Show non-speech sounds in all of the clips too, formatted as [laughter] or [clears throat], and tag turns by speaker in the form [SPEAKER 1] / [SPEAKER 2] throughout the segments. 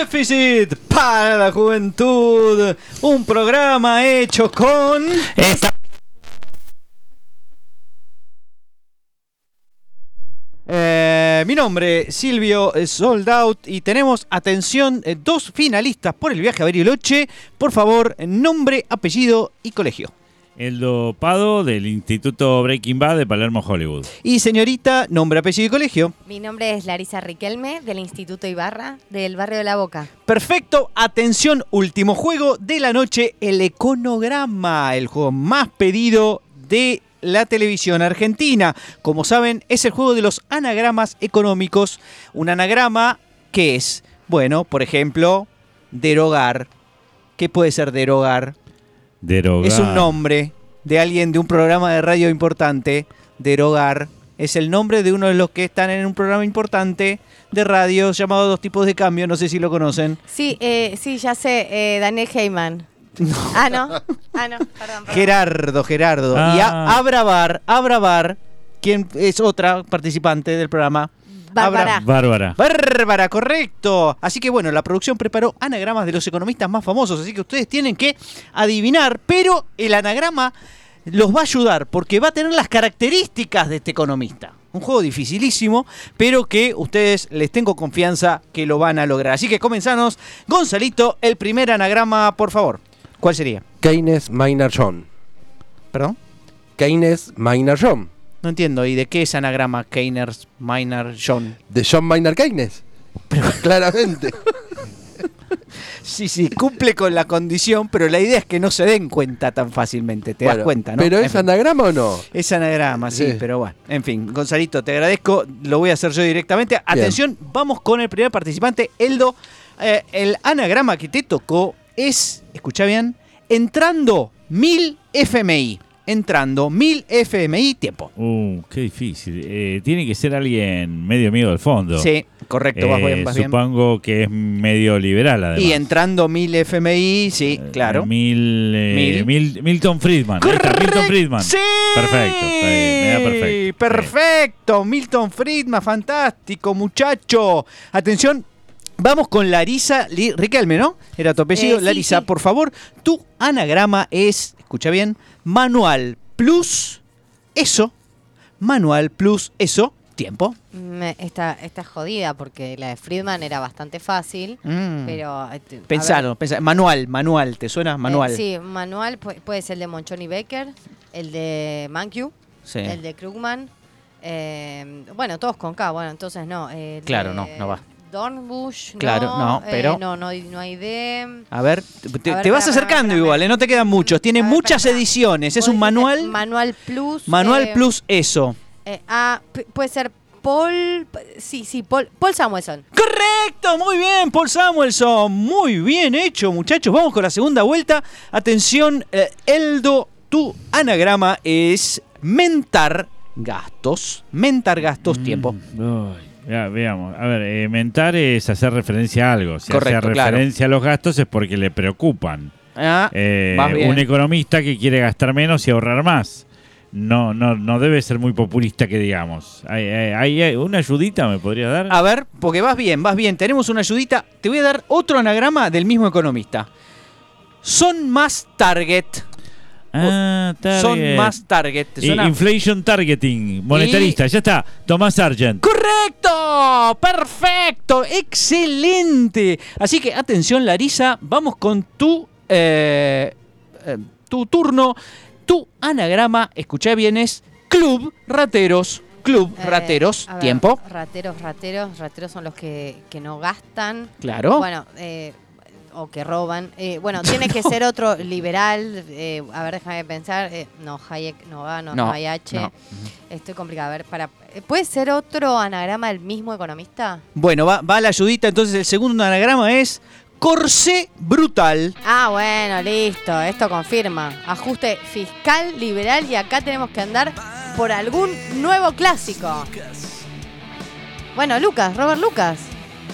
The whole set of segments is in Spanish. [SPEAKER 1] déficit para la juventud. Un programa hecho con...
[SPEAKER 2] Esta-
[SPEAKER 1] Eh, mi nombre, Silvio eh, Sold Out, y tenemos, atención, eh, dos finalistas por el viaje a Bariloche. Por favor, nombre, apellido y colegio.
[SPEAKER 3] El dopado del Instituto Breaking Bad de Palermo Hollywood.
[SPEAKER 1] Y señorita, nombre, apellido y colegio.
[SPEAKER 4] Mi nombre es Larisa Riquelme, del Instituto Ibarra, del barrio de La Boca.
[SPEAKER 1] Perfecto, atención, último juego de la noche, el Econograma, el juego más pedido de la televisión argentina. Como saben, es el juego de los anagramas económicos. Un anagrama que es, bueno, por ejemplo, derogar. ¿Qué puede ser derogar?
[SPEAKER 3] Derogar.
[SPEAKER 1] Es un nombre de alguien de un programa de radio importante, Derogar. Es el nombre de uno de los que están en un programa importante de radio llamado Dos Tipos de Cambio, no sé si lo conocen.
[SPEAKER 4] Sí, eh, sí, ya sé, eh, Daniel Heyman. Ah, no. Ah,
[SPEAKER 1] [laughs]
[SPEAKER 4] no, perdón. perdón.
[SPEAKER 1] Gerardo, Gerardo.
[SPEAKER 3] Ah.
[SPEAKER 1] Y a- Abra Bar, Abra Bar, quien es otra participante del programa.
[SPEAKER 4] Bárbara.
[SPEAKER 1] Abra-
[SPEAKER 3] Bárbara.
[SPEAKER 1] Bárbara, correcto. Así que bueno, la producción preparó anagramas de los economistas más famosos, así que ustedes tienen que adivinar, pero el anagrama los va a ayudar porque va a tener las características de este economista. Un juego dificilísimo, pero que ustedes les tengo confianza que lo van a lograr. Así que comenzanos. Gonzalito, el primer anagrama, por favor. ¿Cuál sería?
[SPEAKER 5] Keynes Maynard John.
[SPEAKER 1] Perdón.
[SPEAKER 5] Keynes Maynard John.
[SPEAKER 1] No entiendo, ¿y de qué es anagrama Keynes, Minor, John?
[SPEAKER 5] De John Maynard Keynes. [laughs] Claramente.
[SPEAKER 1] Sí, sí, cumple con la condición, pero la idea es que no se den cuenta tan fácilmente, te das
[SPEAKER 5] Bueno,
[SPEAKER 1] cuenta, ¿no?
[SPEAKER 5] ¿Pero
[SPEAKER 1] En
[SPEAKER 5] es
[SPEAKER 1] fin.
[SPEAKER 5] anagrama o no?
[SPEAKER 1] Es anagrama, sí,
[SPEAKER 5] Sí.
[SPEAKER 1] pero bueno. En fin, Gonzalito, te agradezco, lo voy a hacer yo directamente. Atención, vamos con el primer participante, Eldo. Eh, el anagrama que te tocó es, escucha bien, entrando 1000 FMI. Entrando 1000 FMI, tiempo.
[SPEAKER 3] Uh, qué difícil. Eh, tiene que ser alguien medio amigo del fondo.
[SPEAKER 1] Sí, correcto, vas
[SPEAKER 3] Eh,
[SPEAKER 1] bien, vas bien.
[SPEAKER 3] supongo que es medio liberal, además.
[SPEAKER 1] Y entrando 1000 FMI, sí,
[SPEAKER 3] Eh,
[SPEAKER 1] claro.
[SPEAKER 3] Mil, eh,
[SPEAKER 1] Mil.
[SPEAKER 3] Mil- Milton Friedman. Ahí está, Milton Friedman.
[SPEAKER 1] ¡Sí!
[SPEAKER 3] Perfecto, está bien, me da perfecto.
[SPEAKER 1] Perfecto, Milton Friedman, fantástico, muchacho. Atención, vamos con Larisa Li- Riquelme, ¿no? Era tu apellido.
[SPEAKER 4] Eh, sí,
[SPEAKER 1] Larisa,
[SPEAKER 4] sí.
[SPEAKER 1] por favor, tu anagrama es, escucha bien, manual plus eso, manual plus eso, tiempo.
[SPEAKER 4] Mm, Está, está jodida porque la de Friedman era bastante fácil,
[SPEAKER 1] Mm.
[SPEAKER 4] pero... eh, te- a ver,
[SPEAKER 1] Pensalo, pensalo. Manual, manual, ¿te suena? Manual.
[SPEAKER 4] eh, sí, manual pu- puede ser el de Monchoni Becker, el de Mankiw,
[SPEAKER 1] Sí.
[SPEAKER 4] el de Krugman. eh, bueno, todos con K, bueno, entonces no. el
[SPEAKER 1] Claro,
[SPEAKER 4] de
[SPEAKER 1] no, no va.
[SPEAKER 4] Dornbush, no.
[SPEAKER 1] Claro, no,
[SPEAKER 4] eh,
[SPEAKER 1] pero-
[SPEAKER 4] no, no, hay- no hay de...
[SPEAKER 1] A ver, te, te
[SPEAKER 4] A ver,
[SPEAKER 1] vas
[SPEAKER 4] pará, pará,
[SPEAKER 1] acercando
[SPEAKER 4] pará,
[SPEAKER 1] igual,
[SPEAKER 4] pará.
[SPEAKER 1] ¿eh? no te quedan muchos. Tiene
[SPEAKER 4] A ver,
[SPEAKER 1] muchas
[SPEAKER 4] pará.
[SPEAKER 1] ediciones. Es
[SPEAKER 4] Vos
[SPEAKER 1] un
[SPEAKER 4] dijiste
[SPEAKER 1] manual.
[SPEAKER 4] Manual Plus.
[SPEAKER 1] manual
[SPEAKER 4] eh,
[SPEAKER 1] plus eso.
[SPEAKER 4] eh, ah, p- puede ser Paul. p- Sí, sí, Paul, Paul Samuelson.
[SPEAKER 1] Correcto, muy bien, Paul Samuelson. Muy bien hecho, muchachos. Vamos con la segunda vuelta. Atención, eh, Eldo, tu anagrama es mentar gastos. Mentar
[SPEAKER 3] Mm.
[SPEAKER 1] gastos, tiempo.
[SPEAKER 3] Ay, ya, veamos. A ver, eh, mentar es hacer referencia a algo. Si
[SPEAKER 1] Correcto,
[SPEAKER 3] hace
[SPEAKER 1] claro.
[SPEAKER 3] referencia a los gastos es porque le preocupan.
[SPEAKER 1] Ah,
[SPEAKER 3] Eh,
[SPEAKER 1] vas bien.
[SPEAKER 3] un economista que quiere gastar menos y ahorrar más. No, no, no debe ser muy populista que digamos. Ay, ay, ay, ay, una ayudita me podría dar.
[SPEAKER 1] A ver, porque vas bien, vas bien. Tenemos una ayudita. Te voy a dar otro anagrama del mismo economista. Son más target.
[SPEAKER 3] Ah, target.
[SPEAKER 1] Son más target. ¿Te
[SPEAKER 3] I-
[SPEAKER 1] suena?
[SPEAKER 3] Inflation targeting, monetarista, ya está. Tomás Sargent.
[SPEAKER 1] Correcto, perfecto, excelente. Así que atención Larisa, vamos con tu, eh, eh, tu turno, tu anagrama, escucha bien, es Club Rateros, Club [laughs]
[SPEAKER 4] Eh,
[SPEAKER 1] Rateros,
[SPEAKER 4] a ver,
[SPEAKER 1] tiempo,
[SPEAKER 4] Rateros, rateros. Rateros son los que, que no gastan.
[SPEAKER 1] claro.
[SPEAKER 4] Bueno, eh, o que roban. Eh, bueno,
[SPEAKER 1] [laughs]
[SPEAKER 4] tiene que ser otro liberal. eh, a ver, déjame pensar. eh, no, Hayek no va, no,
[SPEAKER 1] No,
[SPEAKER 4] no hay H.
[SPEAKER 1] no.
[SPEAKER 4] Estoy complicada. A ver, para, eh, ¿puede ser otro anagrama del mismo economista?
[SPEAKER 1] Bueno, va, va la ayudita, entonces el segundo anagrama es Corsé Brutal.
[SPEAKER 4] Ah, bueno, listo, esto confirma. Ajuste fiscal, liberal y acá tenemos que andar por algún nuevo clásico. Bueno, Lucas, Robert Lucas.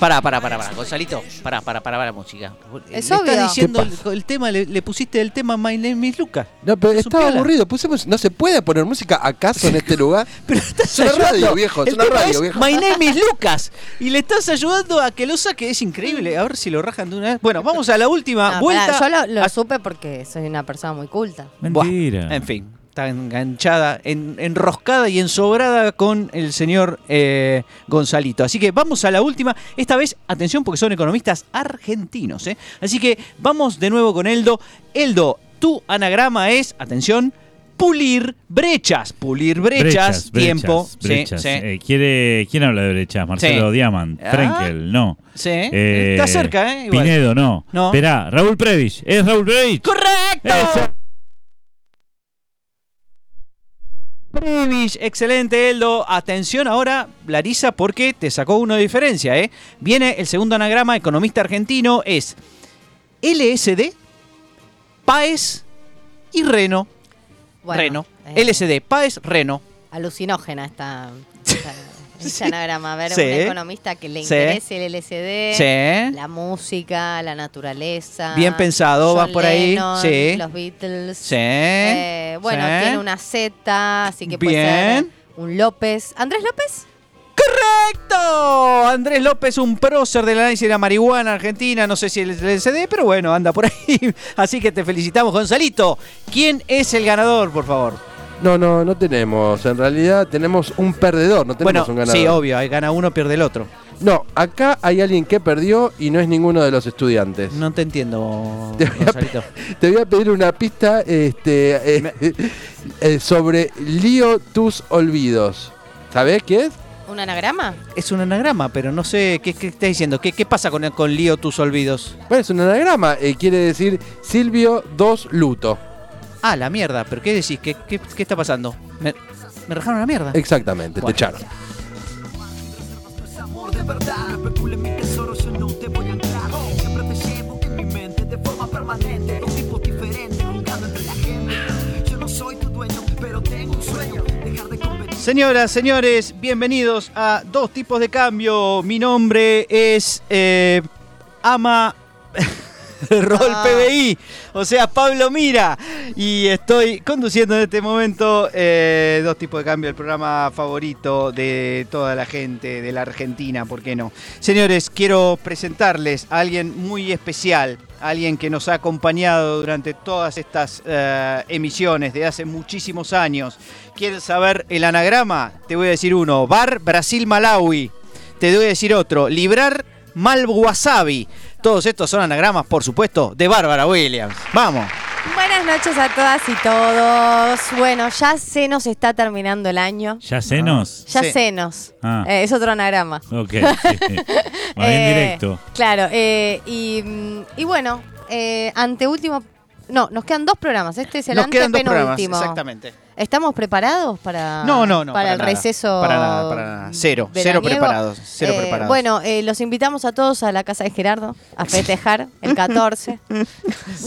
[SPEAKER 1] Pará, pará, pará, pará. Gonzalito, pará, pará, pará, pará, música. Le
[SPEAKER 4] Es
[SPEAKER 1] estás
[SPEAKER 4] obvio.
[SPEAKER 1] diciendo
[SPEAKER 5] ¿Qué
[SPEAKER 1] el, el tema, le, le pusiste el tema My Name is Luca.
[SPEAKER 5] No, pero
[SPEAKER 1] Es un
[SPEAKER 5] estaba
[SPEAKER 1] piola.
[SPEAKER 5] aburrido. Pusimos, no se puede poner música acaso en este lugar.
[SPEAKER 1] Pero
[SPEAKER 5] Es
[SPEAKER 1] estás
[SPEAKER 5] una
[SPEAKER 1] ayudando.
[SPEAKER 5] radio, viejo, es
[SPEAKER 1] El
[SPEAKER 5] una
[SPEAKER 1] tema
[SPEAKER 5] radio,
[SPEAKER 1] es
[SPEAKER 5] viejo.
[SPEAKER 1] My name is Lucas. Y le estás ayudando a que lo saque. Es increíble. A ver si lo rajan de una vez. Bueno, vamos a la última
[SPEAKER 4] No,
[SPEAKER 1] vuelta.
[SPEAKER 4] pará, yo lo, lo
[SPEAKER 1] Ah,
[SPEAKER 4] supe porque soy una persona muy culta.
[SPEAKER 1] buah.
[SPEAKER 3] Mentira.
[SPEAKER 1] En fin, está enganchada, en- enroscada y ensobrada con el señor eh, Gonzalito. Así que vamos a la última. Esta vez, atención, porque son economistas argentinos. ¿eh? Así que vamos de nuevo con Eldo. Eldo, tu anagrama es, atención, pulir brechas. Pulir brechas, tiempo.
[SPEAKER 3] brechas,
[SPEAKER 1] Sí,
[SPEAKER 3] brechas.
[SPEAKER 1] sí.
[SPEAKER 3] Eh, ¿quiere, ¿Quién habla de brechas? Marcelo
[SPEAKER 1] Sí.
[SPEAKER 3] Diamant,
[SPEAKER 1] Ah.
[SPEAKER 3] Frenkel, no.
[SPEAKER 1] Sí,
[SPEAKER 3] Eh,
[SPEAKER 1] está cerca, ¿eh? Igual.
[SPEAKER 3] Pinedo, no.
[SPEAKER 1] No.
[SPEAKER 3] Esperá, Raúl Previch. ¿Es Raúl Previch?
[SPEAKER 1] ¡Correcto!
[SPEAKER 3] Eso.
[SPEAKER 1] Previch, excelente Eldo. Atención ahora, Larisa, porque te sacó uno de diferencia, ¿eh? Viene el segundo anagrama, economista argentino, es LSD, PAES y Reno.
[SPEAKER 4] Bueno,
[SPEAKER 1] Reno.
[SPEAKER 4] eh,
[SPEAKER 1] LSD, PAES, Reno. [laughs]
[SPEAKER 4] Alucinógena esta. esta- este anagrama, a ver,
[SPEAKER 1] Sí.
[SPEAKER 4] un economista que le
[SPEAKER 1] Sí.
[SPEAKER 4] interese el LCD,
[SPEAKER 1] Sí.
[SPEAKER 4] Eh, la música, la naturaleza.
[SPEAKER 1] Bien pensado,
[SPEAKER 4] John
[SPEAKER 1] vas por ahí,
[SPEAKER 4] Lennon,
[SPEAKER 1] sí.
[SPEAKER 4] Los Beatles.
[SPEAKER 1] Sí.
[SPEAKER 4] Eh, bueno,
[SPEAKER 1] Sí.
[SPEAKER 4] tiene una Z, así que puede ser
[SPEAKER 1] Bien.
[SPEAKER 4] un López. ¿Andrés López?
[SPEAKER 1] ¡Correcto! Andrés López, un prócer del análisis de la marihuana argentina, no sé si el LCD, pero bueno, anda por ahí. [laughs] Así que te felicitamos, Gonzalito. ¿Quién es el ganador, por favor?
[SPEAKER 5] No, no, no tenemos. En realidad tenemos un perdedor, no tenemos
[SPEAKER 1] bueno,
[SPEAKER 5] un ganador.
[SPEAKER 1] sí, obvio, ahí gana uno, pierde el otro.
[SPEAKER 5] No, acá hay alguien que perdió y no es ninguno de los estudiantes.
[SPEAKER 1] No
[SPEAKER 5] [laughs]
[SPEAKER 1] te entiendo,
[SPEAKER 5] Te voy a
[SPEAKER 1] Gonzalito.
[SPEAKER 5] Te voy a pedir una pista este, eh, [laughs] eh, sobre Lío Tus Olvidos. ¿Sabés qué es?
[SPEAKER 4] ¿Un anagrama?
[SPEAKER 1] Es un anagrama, pero no sé qué, qué estás diciendo. ¿Qué, qué pasa con, con lío tus olvidos?
[SPEAKER 5] Bueno, es un anagrama, eh, quiere decir Silvio Dos Luto.
[SPEAKER 1] Ah, la mierda, pero ¿qué decís? ¿Qué, qué- qué está pasando? Me, me rajaron la mierda.
[SPEAKER 5] Eh. Exactamente,
[SPEAKER 1] Bueno.
[SPEAKER 5] te echaron.
[SPEAKER 2] amor de verdad Especula en mi tesoro, yo no te voy a entrar Siempre te llevo en mi mente de forma permanente Un tipo diferente, jugando entre la gente Yo no soy tu dueño, pero tengo un sueño Dejar de competir
[SPEAKER 1] Señoras, señores, bienvenidos a Dos Tipos de Cambio. Mi nombre es eh, Ama [laughs] Rol
[SPEAKER 4] Ah.
[SPEAKER 1] PBI, o sea, Pablo Mira. Y estoy conduciendo en este momento eh, Dos Tipos de Cambio, el programa favorito de toda la gente de la Argentina, ¿por qué no? Señores, quiero presentarles a alguien muy especial, a alguien que nos ha acompañado durante todas estas eh, emisiones de hace muchísimos años. ¿Quieres saber el anagrama? Te voy a decir uno, Bar Brasil Malawi. Te voy a decir otro, Librar Mal Wasabi. Todos estos son anagramas, por supuesto, de Bárbara Williams. Vamos.
[SPEAKER 4] Buenas noches a todas y todos. Bueno, ya se nos está terminando el año.
[SPEAKER 3] ¿Ya
[SPEAKER 1] Ah.
[SPEAKER 3] cenos?
[SPEAKER 4] Ya
[SPEAKER 1] Sí.
[SPEAKER 4] se nos.
[SPEAKER 3] Ah.
[SPEAKER 4] Eh, es otro anagrama.
[SPEAKER 1] [laughs]
[SPEAKER 3] Ok. sí. Más bien
[SPEAKER 4] Eh,
[SPEAKER 3] directo.
[SPEAKER 4] Claro, eh, y, mm, y bueno, eh, anteúltimo. No, nos quedan dos programas. Este es el
[SPEAKER 1] Nos quedan dos programas,
[SPEAKER 4] antepenúltimo.
[SPEAKER 1] exactamente.
[SPEAKER 4] ¿Estamos preparados para,
[SPEAKER 1] No, no, no,
[SPEAKER 4] para,
[SPEAKER 1] para
[SPEAKER 4] el
[SPEAKER 1] nada,
[SPEAKER 4] receso?
[SPEAKER 1] para nada, para nada. Cero, cero
[SPEAKER 4] veraniego?
[SPEAKER 1] preparados, cero preparados.
[SPEAKER 4] Bueno, eh, los invitamos a todos a la casa de Gerardo a festejar el
[SPEAKER 1] [laughs]
[SPEAKER 4] 14.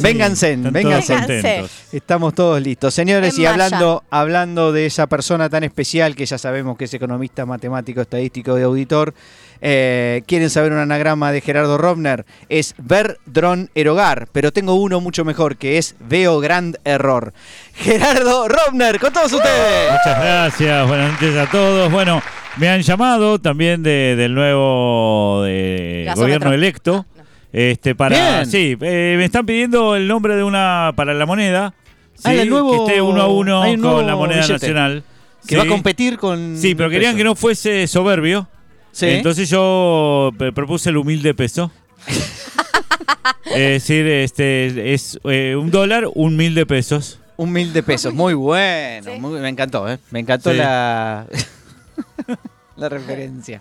[SPEAKER 1] Vénganse,
[SPEAKER 3] están todos
[SPEAKER 1] vénganse.
[SPEAKER 3] contentos.
[SPEAKER 1] Estamos todos listos. Señores,
[SPEAKER 4] En
[SPEAKER 1] y
[SPEAKER 4] malla.
[SPEAKER 1] hablando, hablando de esa persona tan especial que ya sabemos que es economista, matemático, estadístico y auditor, eh, ¿quieren saber un anagrama de Gerardo Robner? Es ver, dron, erogar. Pero tengo uno mucho mejor que es veo gran error. Gerardo Robner, con todos ustedes.
[SPEAKER 3] Muchas gracias, buenas noches a todos. Bueno, me han llamado también de- del nuevo eh,
[SPEAKER 4] Gasómetro.
[SPEAKER 3] gobierno electo. Este para
[SPEAKER 1] Bien.
[SPEAKER 3] sí, eh, me están pidiendo el nombre de una para la moneda.
[SPEAKER 1] Ah,
[SPEAKER 3] sí,
[SPEAKER 1] el nuevo-
[SPEAKER 3] que esté uno a uno
[SPEAKER 1] hay un nuevo
[SPEAKER 3] con la moneda
[SPEAKER 1] billete.
[SPEAKER 3] nacional.
[SPEAKER 1] Que va a competir con.
[SPEAKER 3] Sí, pero querían que no fuese soberbio.
[SPEAKER 1] Sí.
[SPEAKER 3] Entonces yo eh, propuse el
[SPEAKER 1] [laughs]
[SPEAKER 3] humilde peso. es decir, este es eh, un dólar, un mil de pesos.
[SPEAKER 1] Un mil de pesos. Muy bueno.
[SPEAKER 4] Sí.
[SPEAKER 1] muy- me encantó, ¿eh? Me encantó
[SPEAKER 3] Sí.
[SPEAKER 1] la. [laughs] la referencia.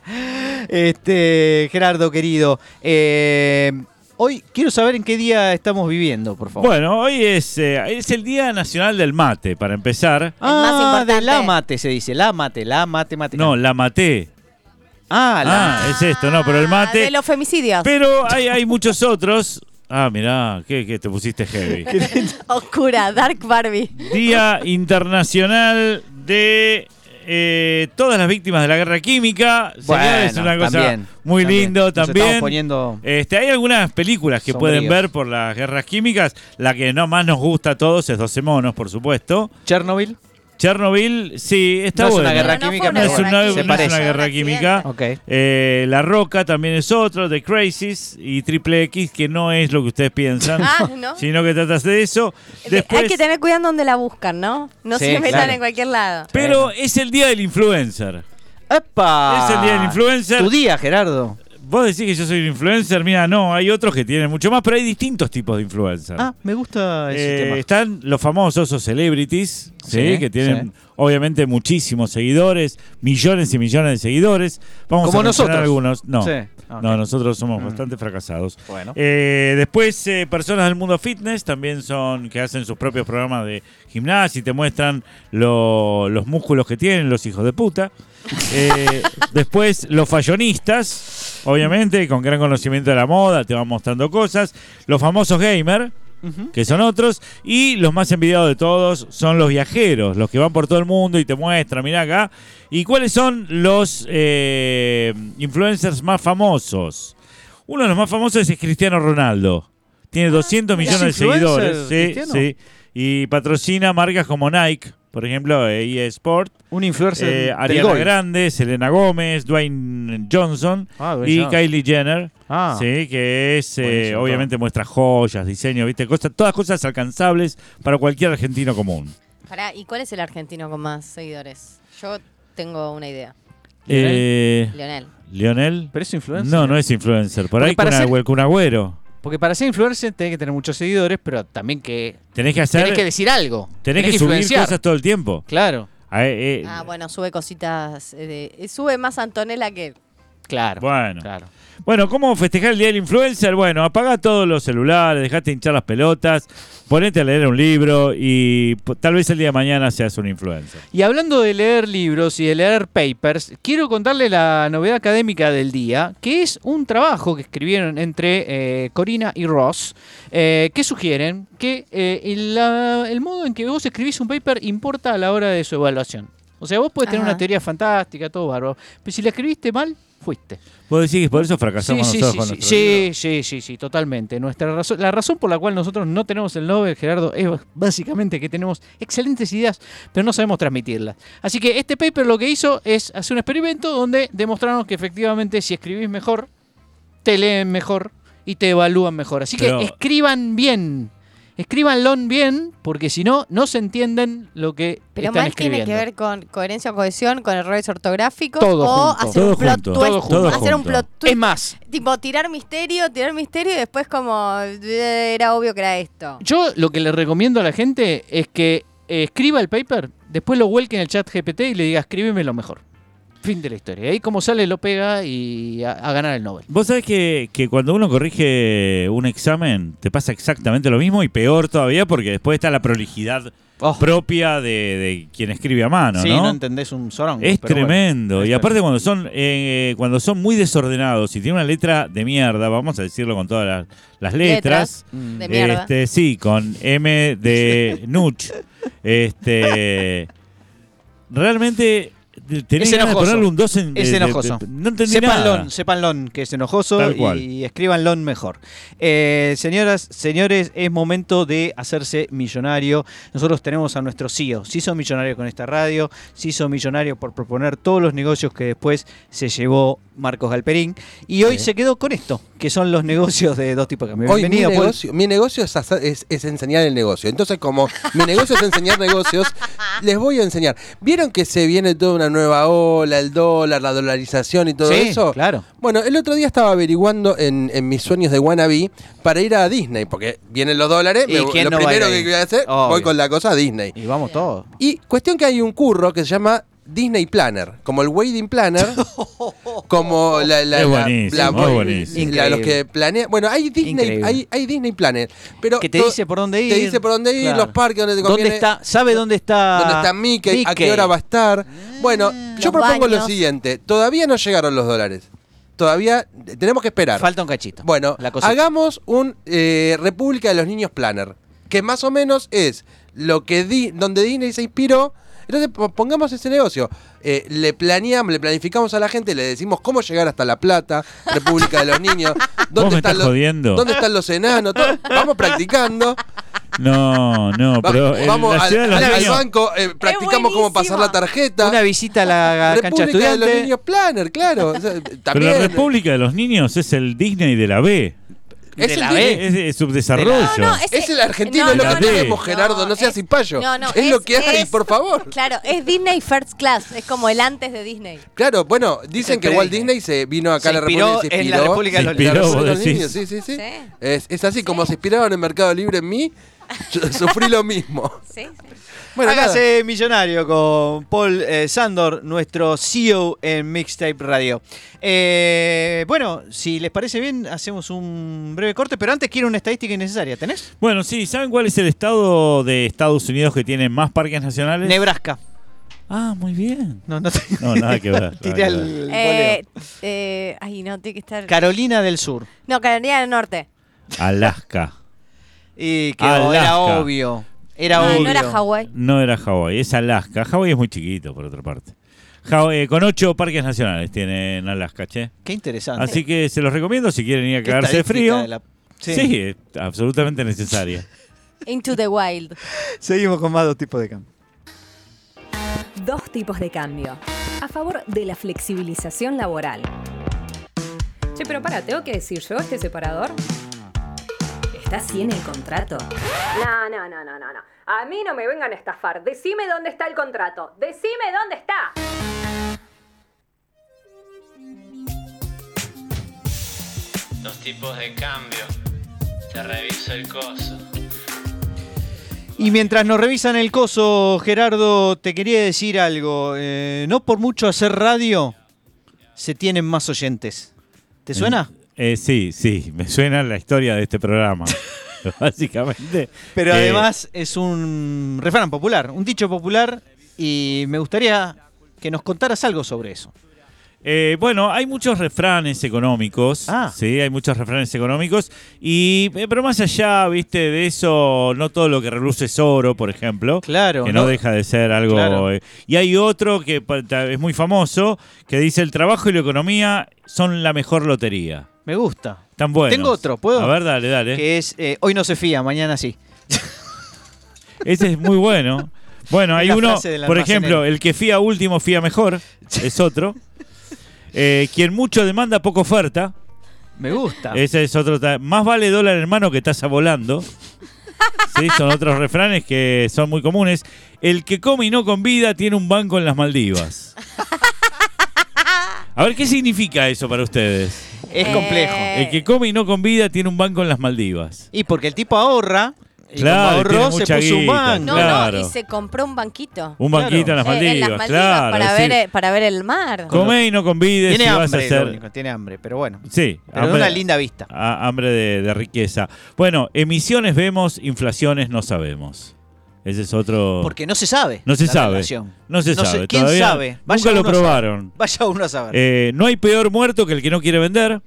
[SPEAKER 1] Este, Gerardo, querido. eh, hoy quiero saber en qué día estamos viviendo, por favor.
[SPEAKER 3] Bueno, hoy es, eh, es el Día Nacional del Mate, para empezar.
[SPEAKER 1] Ah,
[SPEAKER 4] El más importante.
[SPEAKER 1] de la mate se dice. La mate, la matemática.
[SPEAKER 3] No, la maté.
[SPEAKER 1] Ah, la.
[SPEAKER 3] Ah, es esto, no, pero el mate.
[SPEAKER 4] De los
[SPEAKER 1] Ah.
[SPEAKER 4] femicidios. [laughs]
[SPEAKER 3] Pero hay, hay muchos otros. Ah, mirá, que, te
[SPEAKER 1] [laughs]
[SPEAKER 3] pusiste heavy.
[SPEAKER 4] Oscura, Dark Barbie.
[SPEAKER 3] Día Internacional de eh, todas las víctimas de la guerra química. Señores, es
[SPEAKER 1] Bueno,
[SPEAKER 3] una cosa
[SPEAKER 1] también,
[SPEAKER 3] muy
[SPEAKER 1] también.
[SPEAKER 3] lindo
[SPEAKER 1] Nos
[SPEAKER 3] también.
[SPEAKER 1] estamos poniendo-
[SPEAKER 3] Este, hay algunas películas que pueden
[SPEAKER 1] Sombríos.
[SPEAKER 3] ver por las guerras químicas. La que no más nos gusta a todos es 12 monos, por supuesto.
[SPEAKER 1] Chernobyl.
[SPEAKER 3] Chernobyl, sí, está
[SPEAKER 1] No es una
[SPEAKER 3] buena.
[SPEAKER 1] guerra
[SPEAKER 4] Pero no
[SPEAKER 1] química,
[SPEAKER 4] fue una
[SPEAKER 1] pero
[SPEAKER 3] No es
[SPEAKER 1] bueno,
[SPEAKER 3] una,
[SPEAKER 1] se
[SPEAKER 3] no es
[SPEAKER 1] parece.
[SPEAKER 3] una guerra química.
[SPEAKER 1] Ok.
[SPEAKER 3] Eh, la Roca también es otro, The Crisis y Triple X, que no es lo que ustedes piensan,
[SPEAKER 4] [laughs] Ah, ¿no?
[SPEAKER 3] sino que tratas de eso.
[SPEAKER 4] De-
[SPEAKER 3] Después,
[SPEAKER 4] Hay que tener cuidado donde la buscan, ¿no? No
[SPEAKER 1] Sí,
[SPEAKER 4] se metan
[SPEAKER 1] claro.
[SPEAKER 4] en cualquier lado.
[SPEAKER 3] Pero es el día del influencer.
[SPEAKER 1] ¡Epa!
[SPEAKER 3] Es el día del influencer.
[SPEAKER 1] Tu día, Gerardo.
[SPEAKER 3] Vos decís que yo soy un influencer, mira, no, hay otros que tienen mucho más, pero hay distintos tipos de influencer.
[SPEAKER 1] Ah, me gusta ese
[SPEAKER 3] Eh,
[SPEAKER 1] tema.
[SPEAKER 3] están los famosos o celebrities, ¿sí?
[SPEAKER 1] Sí,
[SPEAKER 3] que tienen obviamente muchísimos seguidores, millones y millones de seguidores. Vamos
[SPEAKER 1] Como
[SPEAKER 3] a mencionar
[SPEAKER 1] nosotros.
[SPEAKER 3] algunos. No,
[SPEAKER 1] Sí, ah,
[SPEAKER 3] no,
[SPEAKER 1] ok.
[SPEAKER 3] nosotros somos bastante fracasados.
[SPEAKER 1] Bueno.
[SPEAKER 3] Eh, después, eh, personas del mundo fitness también son que hacen sus propios programas de gimnasia y te muestran lo- los músculos que tienen los hijos de puta. Eh, después, los fallonistas, obviamente, con gran conocimiento de la moda, te van mostrando cosas. Los famosos gamer, que son otros. Y los más envidiados de todos son los viajeros, los que van por todo el mundo y te muestran, mirá acá. ¿Y cuáles son los eh, influencers más famosos? Uno de los más famosos es Cristiano Ronaldo. Tiene 200 millones de
[SPEAKER 1] ¿Es influencer,
[SPEAKER 3] seguidores. Sí,
[SPEAKER 1] Ah, Cristiano?
[SPEAKER 3] sí. Y patrocina marcas como Nike, por ejemplo, eh, EA Sport.
[SPEAKER 1] Un influencer
[SPEAKER 3] Eh,
[SPEAKER 1] Ah, del
[SPEAKER 3] Ariana
[SPEAKER 1] golf.
[SPEAKER 3] Grande, Selena Gómez, Dwayne Johnson
[SPEAKER 1] Ah, Dwayne
[SPEAKER 3] y
[SPEAKER 1] Johnson.
[SPEAKER 3] Kylie Jenner.
[SPEAKER 1] Ah.
[SPEAKER 3] Sí, que es, eh,
[SPEAKER 1] Buenísimo,
[SPEAKER 3] obviamente muestra joyas, diseño, viste, cosas, todas cosas alcanzables para cualquier argentino común.
[SPEAKER 4] Pará, ¿y cuál es el argentino con más seguidores? Yo tengo una idea.
[SPEAKER 3] Eh,
[SPEAKER 4] Lionel.
[SPEAKER 3] ¿Lionel?
[SPEAKER 1] Pero es influencer.
[SPEAKER 3] No, no es influencer. Por
[SPEAKER 1] Porque
[SPEAKER 3] ahí con
[SPEAKER 1] para ser-
[SPEAKER 3] un agüero.
[SPEAKER 1] Porque para ser influencer tenés que tener muchos seguidores, pero también que
[SPEAKER 3] Tenés que hacer.
[SPEAKER 1] tenés que decir algo.
[SPEAKER 3] tenés que subir
[SPEAKER 1] influenciar.
[SPEAKER 3] cosas todo el tiempo.
[SPEAKER 1] Claro,
[SPEAKER 3] Ah, eh, eh,
[SPEAKER 4] Ah, bueno, sube cositas. eh, de- eh, sube más Antonella que él.
[SPEAKER 1] claro.
[SPEAKER 3] Bueno.
[SPEAKER 1] Claro.
[SPEAKER 3] Bueno, ¿cómo festejar el Día del Influencer? Bueno, apaga todos los celulares, dejate hinchar las pelotas, ponete a leer un libro y po- tal vez el día de mañana seas un influencer.
[SPEAKER 1] Y hablando de leer libros y de leer papers, quiero contarle la novedad académica del día, que es un trabajo que escribieron entre eh, Corina y Ross, eh, que sugieren que eh, el, la- el modo en que vos escribís un paper importa a la hora de su evaluación. O sea, vos podés tener
[SPEAKER 4] Ajá.
[SPEAKER 1] una teoría fantástica, todo bárbaro, pero si la escribiste mal, fuiste.
[SPEAKER 3] Vos decís que por eso fracasamos
[SPEAKER 1] sí,
[SPEAKER 3] nosotros
[SPEAKER 1] sí,
[SPEAKER 3] con
[SPEAKER 1] sí,
[SPEAKER 3] nuestro
[SPEAKER 1] sí,
[SPEAKER 3] libro?
[SPEAKER 1] sí, sí, sí, totalmente. Nuestra razón, la razón por la cual nosotros no tenemos el Nobel, Gerardo, es básicamente que tenemos excelentes ideas, pero no sabemos transmitirlas. Así que este paper lo que hizo es hacer un experimento donde demostraron que efectivamente si escribís mejor, te leen mejor y te evalúan mejor. Así
[SPEAKER 3] Pero-
[SPEAKER 1] que escriban bien. Escríbanlo bien, porque si no, no se entienden lo que
[SPEAKER 4] Pero
[SPEAKER 1] están
[SPEAKER 4] mal
[SPEAKER 1] escribiendo.
[SPEAKER 4] tiene que ver con coherencia o cohesión, con errores ortográficos
[SPEAKER 1] Todo
[SPEAKER 4] o
[SPEAKER 1] junto.
[SPEAKER 4] hacer
[SPEAKER 3] Todo
[SPEAKER 4] un plot
[SPEAKER 3] junto.
[SPEAKER 4] twist.
[SPEAKER 1] Todo junto.
[SPEAKER 4] Hacer un
[SPEAKER 3] Todo
[SPEAKER 4] plot twist.
[SPEAKER 1] Es más,
[SPEAKER 4] Tipo, tirar misterio, tirar misterio y después como eh, era obvio que era esto.
[SPEAKER 1] Yo lo que le recomiendo a la gente es que eh, escriba el paper, después lo vuelque en el chat GPT y le diga escríbeme lo mejor. Fin de la historia. Y ahí como sale lo pega y a, a ganar el Nobel.
[SPEAKER 3] Vos sabés que, que cuando uno corrige un examen, te pasa exactamente lo mismo y peor todavía porque después está la prolijidad propia de, de quien escribe a mano, ¿no?
[SPEAKER 1] entendés un sorón.
[SPEAKER 3] Es tremendo. y aparte cuando son eh, cuando son muy desordenados y tienen una letra de mierda, vamos a decirlo con todas las, las letras.
[SPEAKER 4] Letras.
[SPEAKER 6] Mm.
[SPEAKER 4] De mierda.
[SPEAKER 3] Este, sí, con M de
[SPEAKER 4] [laughs]
[SPEAKER 3] Nuch. Este, realmente te- tenés
[SPEAKER 7] Es
[SPEAKER 3] ganas de
[SPEAKER 7] enojoso.
[SPEAKER 3] ponerle un 2 en
[SPEAKER 7] Es
[SPEAKER 3] de- de-
[SPEAKER 7] enojoso.
[SPEAKER 3] de- no entendí nada.
[SPEAKER 7] Sepanlón, sepanlón, que es enojoso
[SPEAKER 3] Tal cual.
[SPEAKER 7] y escríbanlo mejor. Eh, señoras, señores, es momento de hacerse millonario. Nosotros tenemos a nuestro E CEO. Se hizo millonario con esta radio, se hizo millonario por proponer todos los negocios que después se llevó Marcos Galperín. Y hoy se quedó con esto, que son los negocios de dos tipos de cambio.
[SPEAKER 6] Hoy mi
[SPEAKER 7] Bienvenido, Paul.
[SPEAKER 6] negocio, mi negocio es, hacer- es- es enseñar el negocio. Entonces, como mi negocio es enseñar
[SPEAKER 7] [laughs]
[SPEAKER 6] negocios, les voy a enseñar. ¿Vieron que se viene toda una nueva ola, el dólar, la dolarización y todo
[SPEAKER 7] Sí,
[SPEAKER 6] eso?
[SPEAKER 7] claro.
[SPEAKER 6] Bueno, el otro día estaba averiguando en, en mis sueños de wannabe para ir a Disney, porque vienen los dólares,
[SPEAKER 7] ¿Y
[SPEAKER 6] me-
[SPEAKER 7] quién
[SPEAKER 6] lo
[SPEAKER 7] no va a ir
[SPEAKER 6] primero
[SPEAKER 7] a
[SPEAKER 6] que
[SPEAKER 7] Disney?
[SPEAKER 6] voy a hacer, voy
[SPEAKER 7] Obvio.
[SPEAKER 6] con la cosa a Disney.
[SPEAKER 7] Y vamos todos.
[SPEAKER 6] Y cuestión que hay un curro que se llama Disney Planner, como el Wedding
[SPEAKER 7] [laughs]
[SPEAKER 6] Planner, como la, la,
[SPEAKER 3] Es
[SPEAKER 6] la-
[SPEAKER 3] buenísimo,
[SPEAKER 6] la-
[SPEAKER 3] muy buenísimo.
[SPEAKER 6] la- los que
[SPEAKER 7] Increíble.
[SPEAKER 6] planean. Bueno, hay Disney,
[SPEAKER 7] Increíble.
[SPEAKER 6] hay, hay Disney Planner, pero
[SPEAKER 7] Que te
[SPEAKER 6] to-
[SPEAKER 7] dice por dónde ir.
[SPEAKER 6] te dice por dónde ir,
[SPEAKER 7] Claro.
[SPEAKER 6] los parques donde te
[SPEAKER 7] ¿Dónde
[SPEAKER 6] conviene.
[SPEAKER 7] está? ¿Sabe dónde está?
[SPEAKER 6] dónde está Mickey, ¿A qué
[SPEAKER 7] Mickey? Ah,
[SPEAKER 6] hora va a estar? Bueno,
[SPEAKER 4] Los
[SPEAKER 6] yo propongo lo
[SPEAKER 4] baños.
[SPEAKER 6] siguiente. Todavía no llegaron los dólares. Todavía eh, tenemos que esperar.
[SPEAKER 7] Falta un cachito.
[SPEAKER 6] Bueno,
[SPEAKER 7] la cosa.
[SPEAKER 6] hagamos un eh, República de los Niños Planner, que más o menos es lo que Di- donde Disney se inspiró Entonces po- pongamos ese negocio. Eh, le planeamos, le planificamos a la gente, le decimos cómo llegar hasta La Plata, República de
[SPEAKER 3] [laughs]
[SPEAKER 6] los Niños,
[SPEAKER 3] Vos me
[SPEAKER 6] dónde, están
[SPEAKER 3] estás
[SPEAKER 6] los,
[SPEAKER 3] jodiendo.
[SPEAKER 6] dónde están los enanos, todo. vamos practicando.
[SPEAKER 3] No, [laughs] no,
[SPEAKER 6] Va-
[SPEAKER 3] pero en
[SPEAKER 6] vamos
[SPEAKER 3] la
[SPEAKER 6] al,
[SPEAKER 3] ciudad de los
[SPEAKER 6] al- al
[SPEAKER 3] niños-
[SPEAKER 6] banco, eh, practicamos cómo pasar la
[SPEAKER 4] buenísima.
[SPEAKER 6] tarjeta.
[SPEAKER 7] Una visita a la
[SPEAKER 6] [laughs]
[SPEAKER 7] cancha
[SPEAKER 6] República de los
[SPEAKER 7] estudiante.
[SPEAKER 6] Niños Planner, claro. O sea,
[SPEAKER 3] Pero
[SPEAKER 6] también, eh,
[SPEAKER 3] la República de los Niños es el Disney de la B.
[SPEAKER 6] Es el Disney-
[SPEAKER 3] Es de subdesarrollo.
[SPEAKER 4] No, no, ese-
[SPEAKER 6] Es el argentino, es lo
[SPEAKER 3] no,
[SPEAKER 6] que
[SPEAKER 3] no,
[SPEAKER 6] tenemos,
[SPEAKER 3] no,
[SPEAKER 6] Gerardo, no, seas
[SPEAKER 4] es-
[SPEAKER 6] cipayo.
[SPEAKER 4] no, no,
[SPEAKER 6] es, lo que hay,
[SPEAKER 4] es-
[SPEAKER 6] por favor.
[SPEAKER 4] Claro, es Disney First Class, es como el antes de Disney.
[SPEAKER 6] Claro, bueno, dicen que
[SPEAKER 7] Siempre
[SPEAKER 6] Walt
[SPEAKER 7] dije.
[SPEAKER 6] Disney se vino acá
[SPEAKER 7] Se
[SPEAKER 6] a la República
[SPEAKER 7] inspiró
[SPEAKER 6] y se
[SPEAKER 7] en la
[SPEAKER 6] inspiró.
[SPEAKER 7] República de los
[SPEAKER 3] Se inspiró,
[SPEAKER 6] Niños.
[SPEAKER 3] vos
[SPEAKER 6] Los
[SPEAKER 3] decís.
[SPEAKER 6] niños, Sí, sí, sí.
[SPEAKER 4] Sí.
[SPEAKER 6] Es, es así, como se inspiraron en Mercado Libre en mí, yo sufrí lo mismo.
[SPEAKER 4] Sí, sí.
[SPEAKER 6] Bueno, nada.
[SPEAKER 7] Hágase millonario con Paul eh, Sandor, nuestro CEO en Mixtape Radio. Eh, bueno, si les parece bien, hacemos un breve corte, pero antes quiero una estadística innecesaria. ¿Tenés?
[SPEAKER 3] Bueno, sí, ¿saben cuál es el estado de Estados Unidos que tiene más parques nacionales?
[SPEAKER 7] Nebraska.
[SPEAKER 3] ah, muy bien.
[SPEAKER 7] No, no, te- [laughs]
[SPEAKER 3] No, nada que ver, nada
[SPEAKER 7] Tiré
[SPEAKER 3] que
[SPEAKER 7] al
[SPEAKER 3] ver.
[SPEAKER 4] Eh,
[SPEAKER 7] voleo.
[SPEAKER 4] eh, ay, no, tiene que estar.
[SPEAKER 7] Carolina del Sur.
[SPEAKER 4] no, Carolina del Norte.
[SPEAKER 3] Alaska.
[SPEAKER 7] Y que
[SPEAKER 3] Alaska.
[SPEAKER 7] era obvio. Era
[SPEAKER 4] Ah,
[SPEAKER 7] obvio.
[SPEAKER 4] no era Hawái.
[SPEAKER 3] No era Hawái, es Alaska. Hawái es muy chiquito, por otra parte. Hawái, eh, con ocho parques nacionales tiene en Alaska, che.
[SPEAKER 7] Qué interesante.
[SPEAKER 3] Así que se los recomiendo si quieren ir a
[SPEAKER 7] Ah, Qué
[SPEAKER 3] cagarse de
[SPEAKER 7] estadística
[SPEAKER 3] frío.
[SPEAKER 7] de la-
[SPEAKER 3] Sí.
[SPEAKER 7] Sí.
[SPEAKER 3] es absolutamente necesaria.
[SPEAKER 4] Into the Wild.
[SPEAKER 7] Seguimos con más dos tipos de campo.
[SPEAKER 8] Dos tipos de cambio. A favor de la flexibilización laboral. Che, pero para, ¿tengo que decir yo este separador? ¿Está así en el contrato? No, no, no, no, no, no. A mí no me vengan a estafar. Decime dónde está el contrato. Decime dónde está.
[SPEAKER 9] Dos tipos de cambio. Te reviso el coso.
[SPEAKER 7] Y mientras nos revisan el coso, Gerardo, te quería decir algo. Eh, no por mucho hacer radio, se tienen más oyentes. ¿Te suena?
[SPEAKER 3] Eh, sí, sí, me suena la historia de este programa.
[SPEAKER 7] [laughs]
[SPEAKER 3] Básicamente. Eh,
[SPEAKER 7] Pero
[SPEAKER 3] que-
[SPEAKER 7] además es un refrán popular, un dicho popular, y me gustaría que nos contaras algo sobre eso.
[SPEAKER 3] Eh, bueno, hay muchos refranes económicos.
[SPEAKER 7] Ah.
[SPEAKER 3] Sí, hay muchos refranes económicos. Y, eh, pero más allá, viste, de eso, no todo lo que reluce es oro, por ejemplo.
[SPEAKER 7] Claro,
[SPEAKER 3] Que no,
[SPEAKER 7] no.
[SPEAKER 3] deja de ser algo.
[SPEAKER 7] Claro.
[SPEAKER 3] eh, Y hay otro que pa- ta- es muy famoso, que dice: el trabajo y la economía son la mejor lotería.
[SPEAKER 7] Me gusta.
[SPEAKER 3] Tan bueno.
[SPEAKER 7] Tengo otro, ¿puedo?
[SPEAKER 3] A ver, dale, dale.
[SPEAKER 7] Que es eh, hoy no se fía, mañana sí.
[SPEAKER 3] Ese es muy bueno. Bueno,
[SPEAKER 7] Es
[SPEAKER 3] hay
[SPEAKER 7] la
[SPEAKER 3] uno,
[SPEAKER 7] frase del
[SPEAKER 3] por
[SPEAKER 7] almacenero.
[SPEAKER 3] ejemplo, el que fía último fía mejor, es otro. Eh, quien mucho demanda, poca oferta.
[SPEAKER 7] Me gusta.
[SPEAKER 3] Ese es otro. ta- Más vale dólar hermano que taza volando. Sí, son otros refranes que son muy comunes. El que come y no convida tiene un banco en las Maldivas. A ver, ¿qué significa eso para ustedes?
[SPEAKER 7] Es complejo.
[SPEAKER 4] Eh,
[SPEAKER 3] El que come y no convida tiene un banco en las Maldivas.
[SPEAKER 7] Y porque el tipo ahorra, y
[SPEAKER 3] Claro,
[SPEAKER 7] como ahorró,
[SPEAKER 3] tiene
[SPEAKER 7] se
[SPEAKER 3] mucha
[SPEAKER 7] puso un
[SPEAKER 3] guita,
[SPEAKER 7] banco.
[SPEAKER 4] no,
[SPEAKER 3] claro.
[SPEAKER 4] no, y se compró un banquito.
[SPEAKER 3] Un
[SPEAKER 7] Claro.
[SPEAKER 3] banquito en las
[SPEAKER 4] Eh,
[SPEAKER 3] Maldivas,
[SPEAKER 4] en las Maldivas
[SPEAKER 3] claro.
[SPEAKER 4] para,
[SPEAKER 3] sí.
[SPEAKER 4] ver, eh, para ver el mar.
[SPEAKER 3] Come y no convides
[SPEAKER 7] Tiene
[SPEAKER 3] si
[SPEAKER 7] hambre,
[SPEAKER 3] vas a
[SPEAKER 7] lo
[SPEAKER 3] hacer.
[SPEAKER 7] único, tiene hambre, pero bueno.
[SPEAKER 3] Sí,
[SPEAKER 7] Pero de una linda vista.
[SPEAKER 3] a- hambre de, de riqueza. Bueno, emisiones vemos, inflaciones no sabemos. Ese es otro.
[SPEAKER 7] Porque no se sabe.
[SPEAKER 3] No se
[SPEAKER 7] la
[SPEAKER 3] sabe.
[SPEAKER 7] relación.
[SPEAKER 3] No se sabe.
[SPEAKER 7] ¿Quién
[SPEAKER 3] Todavía
[SPEAKER 7] sabe?
[SPEAKER 3] nunca lo
[SPEAKER 7] uno a saber.
[SPEAKER 3] probaron.
[SPEAKER 7] Vaya uno a saber.
[SPEAKER 3] Eh, no hay peor muerto que el que no quiere vender.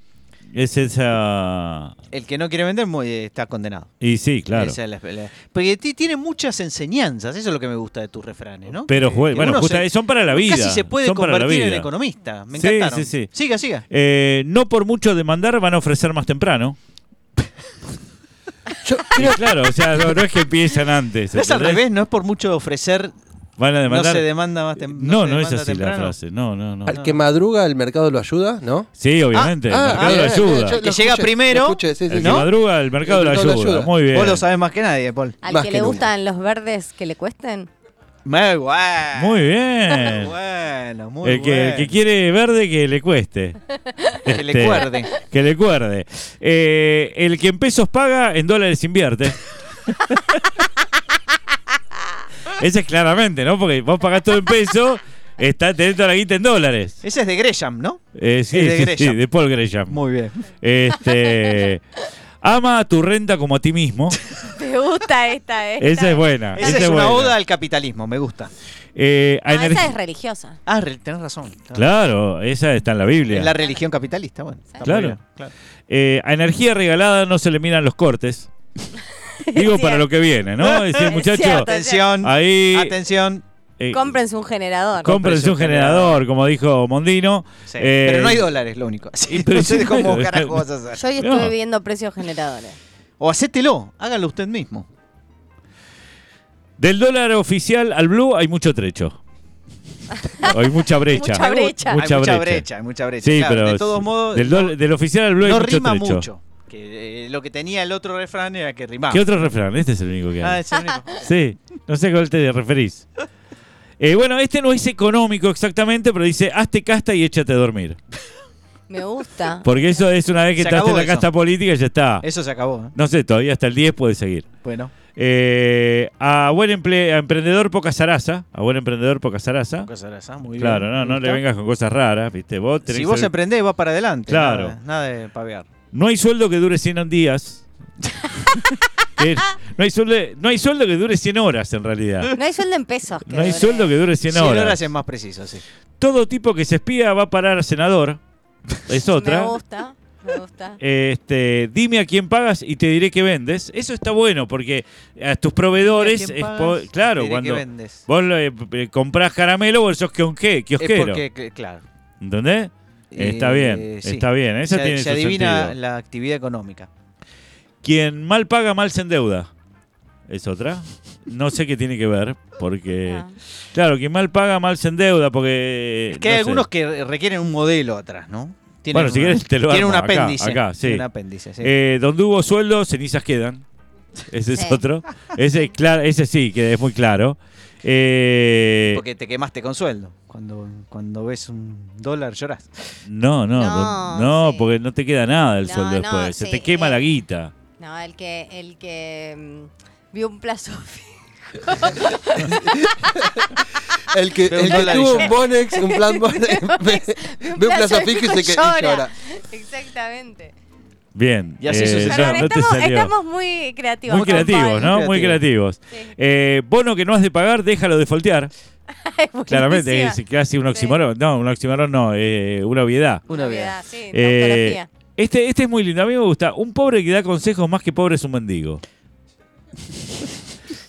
[SPEAKER 3] Es esa.
[SPEAKER 7] el que no quiere vender muy, eh, está condenado.
[SPEAKER 3] Y sí, claro.
[SPEAKER 7] Esa es la- la- porque ti- tiene muchas enseñanzas. Eso es lo que me gusta de tus refranes, ¿no?
[SPEAKER 3] Pero
[SPEAKER 7] Que-
[SPEAKER 3] bueno,
[SPEAKER 7] que
[SPEAKER 3] bueno,
[SPEAKER 7] eh, uno
[SPEAKER 3] justa-
[SPEAKER 7] se-
[SPEAKER 3] son para la vida.
[SPEAKER 7] Casi se puede
[SPEAKER 3] son para la
[SPEAKER 7] convertir en
[SPEAKER 3] vida.
[SPEAKER 7] economista. Me
[SPEAKER 3] Sí,
[SPEAKER 7] encantaron.
[SPEAKER 3] sí, sí.
[SPEAKER 7] Siga, siga.
[SPEAKER 3] Eh, no por mucho demandar van a ofrecer más
[SPEAKER 7] [laughs]
[SPEAKER 3] temprano.
[SPEAKER 6] Yo
[SPEAKER 3] Y claro, o sea, no, no es que empiezan antes.
[SPEAKER 7] No es al
[SPEAKER 3] ¿entendés?
[SPEAKER 7] revés, no es por mucho ofrecer,
[SPEAKER 3] Van a
[SPEAKER 7] no
[SPEAKER 3] demandar.
[SPEAKER 7] se demanda más Ah, tem-
[SPEAKER 3] No,
[SPEAKER 7] se
[SPEAKER 3] no es
[SPEAKER 7] demanda
[SPEAKER 3] así la
[SPEAKER 7] temprano.
[SPEAKER 3] frase. No, no, no.
[SPEAKER 6] Al que madruga, el mercado lo ayuda, ¿no?
[SPEAKER 3] Sí, obviamente.
[SPEAKER 6] Ah,
[SPEAKER 3] el mercado
[SPEAKER 6] ah,
[SPEAKER 3] lo
[SPEAKER 6] bien, bien,
[SPEAKER 3] ayuda.
[SPEAKER 6] yo lo
[SPEAKER 7] Que llega primero,
[SPEAKER 6] lo escuché, sí, sí,
[SPEAKER 3] El
[SPEAKER 6] sí.
[SPEAKER 3] que madruga, el mercado lo ayuda. Muy bien.
[SPEAKER 7] Vos lo sabés más que nadie, Paul.
[SPEAKER 4] Al
[SPEAKER 6] Más
[SPEAKER 4] que,
[SPEAKER 6] que
[SPEAKER 4] le
[SPEAKER 6] nunca.
[SPEAKER 4] gustan los verdes que le cuesten.
[SPEAKER 7] Muy bueno. [laughs]
[SPEAKER 3] Muy bien.
[SPEAKER 7] bueno, muy
[SPEAKER 3] el, que, el
[SPEAKER 7] bueno.
[SPEAKER 3] que quiere verde, que le cueste.
[SPEAKER 7] Que le
[SPEAKER 3] Este,
[SPEAKER 7] cuerde.
[SPEAKER 3] Que le cuerde. Eh, el que en pesos paga, en dólares
[SPEAKER 7] [laughs]
[SPEAKER 3] invierte. Ese es claramente, ¿no? Porque vos pagás todo en pesos, está teniendo la guita en dólares.
[SPEAKER 7] Ese es de Gresham, ¿no?
[SPEAKER 3] Eh, sí,
[SPEAKER 7] es de
[SPEAKER 3] sí, sí,
[SPEAKER 7] Gresham.
[SPEAKER 3] de Paul Gresham.
[SPEAKER 7] Muy bien.
[SPEAKER 3] Este, ama a tu renta como a ti mismo.
[SPEAKER 4] [laughs] Te gusta esta, eh.
[SPEAKER 3] Esa es buena.
[SPEAKER 7] Esa es una oda al capitalismo, me gusta.
[SPEAKER 3] Eh, a
[SPEAKER 4] No,
[SPEAKER 3] energi-
[SPEAKER 4] esa es religiosa.
[SPEAKER 7] Ah, re- tenés razón.
[SPEAKER 3] Claro, esa está en la
[SPEAKER 7] Es
[SPEAKER 3] Biblia.
[SPEAKER 7] la religión capitalista, bueno. está muy
[SPEAKER 3] Claro.
[SPEAKER 7] bien, claro.
[SPEAKER 3] Eh, a energía regalada no se le miran los
[SPEAKER 4] [laughs]
[SPEAKER 3] cortes. Digo para
[SPEAKER 4] cierto. [laughs]
[SPEAKER 3] lo que viene, ¿no? Es decir,
[SPEAKER 4] Es
[SPEAKER 3] muchachos,
[SPEAKER 4] cierto.
[SPEAKER 7] Atención,
[SPEAKER 3] ahí
[SPEAKER 7] atención.
[SPEAKER 3] eh,
[SPEAKER 4] Cómprense un generador.
[SPEAKER 3] cómprense un generador, como dijo Mondino.
[SPEAKER 7] Sí,
[SPEAKER 3] Eh,
[SPEAKER 7] pero no hay dólares, lo [laughs] único. Así
[SPEAKER 3] y
[SPEAKER 7] que
[SPEAKER 3] pero [laughs]
[SPEAKER 7] no
[SPEAKER 3] sí,
[SPEAKER 7] sé cómo
[SPEAKER 3] bueno.
[SPEAKER 7] carajo vas a hacer.
[SPEAKER 4] Yo hoy estuve
[SPEAKER 3] No.
[SPEAKER 4] viendo precios generadores.
[SPEAKER 7] O hacételo, hágalo usted mismo.
[SPEAKER 3] Del dólar oficial al blue hay mucho
[SPEAKER 4] [laughs]
[SPEAKER 3] trecho. hay mucha brecha.
[SPEAKER 4] Mucha brecha.
[SPEAKER 3] Mucha
[SPEAKER 7] hay mucha
[SPEAKER 3] brecha.
[SPEAKER 7] brecha, hay mucha brecha.
[SPEAKER 3] Sí,
[SPEAKER 7] claro,
[SPEAKER 3] pero
[SPEAKER 7] de todos
[SPEAKER 3] es-
[SPEAKER 7] modos,
[SPEAKER 3] del, dol- del oficial al blue hay
[SPEAKER 7] no
[SPEAKER 3] mucho
[SPEAKER 7] rima
[SPEAKER 3] trecho.
[SPEAKER 7] mucho. Que, eh, lo que tenía el otro refrán era que rimaba.
[SPEAKER 3] ¿Qué otro refrán? Este es el único que hay.
[SPEAKER 7] Ah, es el único.
[SPEAKER 3] Sí, no sé a cuál te referís. Eh, bueno, este no es económico exactamente, pero dice, hazte casta y échate a dormir. [laughs]
[SPEAKER 4] Me gusta.
[SPEAKER 3] Porque eso es una vez que
[SPEAKER 7] Se
[SPEAKER 3] estás en
[SPEAKER 7] acabó
[SPEAKER 3] la
[SPEAKER 7] eso.
[SPEAKER 3] casta política, ya está.
[SPEAKER 7] Eso se acabó. ¿eh?
[SPEAKER 3] No sé, todavía hasta el 10 puede seguir.
[SPEAKER 7] Bueno,
[SPEAKER 3] Eh, a buen emple- a emprendedor poca zaraza. A buen emprendedor poca zaraza.
[SPEAKER 7] Lucas Arasá, muy bien.
[SPEAKER 3] Claro, no,
[SPEAKER 7] me
[SPEAKER 3] no
[SPEAKER 7] gusta.
[SPEAKER 3] le vengas con cosas raras, ¿viste? Vos tenés
[SPEAKER 7] Si
[SPEAKER 3] que
[SPEAKER 7] vos
[SPEAKER 3] ser-
[SPEAKER 7] emprendés, va para adelante.
[SPEAKER 3] Claro.
[SPEAKER 7] Nada, nada de pavear.
[SPEAKER 3] No hay sueldo que dure 100
[SPEAKER 7] [laughs]
[SPEAKER 3] días. [laughs] Que- no, hay sueldo, no hay sueldo que dure 100 horas, en realidad.
[SPEAKER 4] No hay sueldo en pesos. que
[SPEAKER 3] No hay
[SPEAKER 4] dure.
[SPEAKER 3] sueldo que dure 100
[SPEAKER 7] 100
[SPEAKER 3] horas.
[SPEAKER 7] horas es más preciso, sí.
[SPEAKER 3] Todo tipo que se espía va a parar a senador.
[SPEAKER 7] [laughs]
[SPEAKER 3] Es otra.
[SPEAKER 4] Me gusta. Me gusta.
[SPEAKER 3] Este, dime a quién pagas y te diré qué vendes. Eso está bueno porque a tus proveedores,
[SPEAKER 7] ¿Quién
[SPEAKER 3] es
[SPEAKER 7] pagas?
[SPEAKER 3] po- claro,
[SPEAKER 7] Diré que
[SPEAKER 3] cuando
[SPEAKER 7] vendes.
[SPEAKER 3] vos eh, p- comprás caramelo, vos sos quionque-
[SPEAKER 7] Es
[SPEAKER 3] kiosquero.
[SPEAKER 7] porque, cl- claro.
[SPEAKER 3] ¿Entendés? Está bien,
[SPEAKER 7] Eh, sí.
[SPEAKER 3] está bien. Esa
[SPEAKER 7] se,
[SPEAKER 3] tiene
[SPEAKER 7] se
[SPEAKER 3] su
[SPEAKER 7] adivina
[SPEAKER 3] sentido.
[SPEAKER 7] la actividad económica.
[SPEAKER 3] Quien mal paga, mal se endeuda. Es otra. No sé qué tiene que ver, porque.
[SPEAKER 4] Ah.
[SPEAKER 3] Claro, quien mal paga, mal se endeuda, porque.
[SPEAKER 7] Es que hay
[SPEAKER 3] Eh, no sé.
[SPEAKER 7] algunos que requieren un modelo atrás, ¿no? Tienen
[SPEAKER 3] Bueno, si
[SPEAKER 7] una-
[SPEAKER 3] querés te lo
[SPEAKER 7] Tienen un
[SPEAKER 3] armo acá,
[SPEAKER 7] apéndice.
[SPEAKER 3] acá, sí.
[SPEAKER 7] tienen un apéndice, sí.
[SPEAKER 3] Eh, donde hubo sueldo, cenizas
[SPEAKER 4] [laughs]
[SPEAKER 3] quedan. Ese es
[SPEAKER 4] Sí.
[SPEAKER 3] otro. Ese, es clar- ese sí, que es muy claro. Eh,
[SPEAKER 7] Porque te quemaste con sueldo. Cuando, cuando ves un dólar llorás.
[SPEAKER 3] no, no,
[SPEAKER 4] No,
[SPEAKER 3] don- no,
[SPEAKER 4] sí.
[SPEAKER 3] porque no te queda nada del
[SPEAKER 4] No,
[SPEAKER 3] sueldo
[SPEAKER 4] no,
[SPEAKER 3] después. Se
[SPEAKER 4] sí,
[SPEAKER 3] te quema
[SPEAKER 4] eh.
[SPEAKER 3] la guita.
[SPEAKER 4] No, el que, el que mm, vio un plazo [laughs] fijo.
[SPEAKER 6] El que,
[SPEAKER 7] Ve un
[SPEAKER 6] el que
[SPEAKER 7] dólar y
[SPEAKER 6] tuvo
[SPEAKER 7] llora.
[SPEAKER 6] un Bonex, un plan Bonex, ve,
[SPEAKER 7] [laughs]
[SPEAKER 6] ve un plazo fijo y se que- y llora.
[SPEAKER 4] Exactamente.
[SPEAKER 3] Bien. Eh,
[SPEAKER 7] Y así sucede.
[SPEAKER 3] no,
[SPEAKER 4] Perdón,
[SPEAKER 3] no te
[SPEAKER 4] estamos,
[SPEAKER 3] salió.
[SPEAKER 4] estamos muy creativos.
[SPEAKER 3] Muy
[SPEAKER 4] con
[SPEAKER 3] creativos,
[SPEAKER 4] Paul.
[SPEAKER 3] ¿no? Muy creativos.
[SPEAKER 4] Sí. [laughs]
[SPEAKER 3] Eh, bono que no has de pagar, déjalo de foltear.
[SPEAKER 4] Es buenísima.
[SPEAKER 3] Claramente, es casi un oxímoron. No, un oxímoron no, eh, una obviedad.
[SPEAKER 7] Una vida.
[SPEAKER 4] Novedad, sí,
[SPEAKER 3] Eh,
[SPEAKER 4] tautología.
[SPEAKER 3] este, este es muy lindo. A mí me gusta. Un pobre que da consejos más que pobre es un
[SPEAKER 7] [laughs]
[SPEAKER 3] mendigo.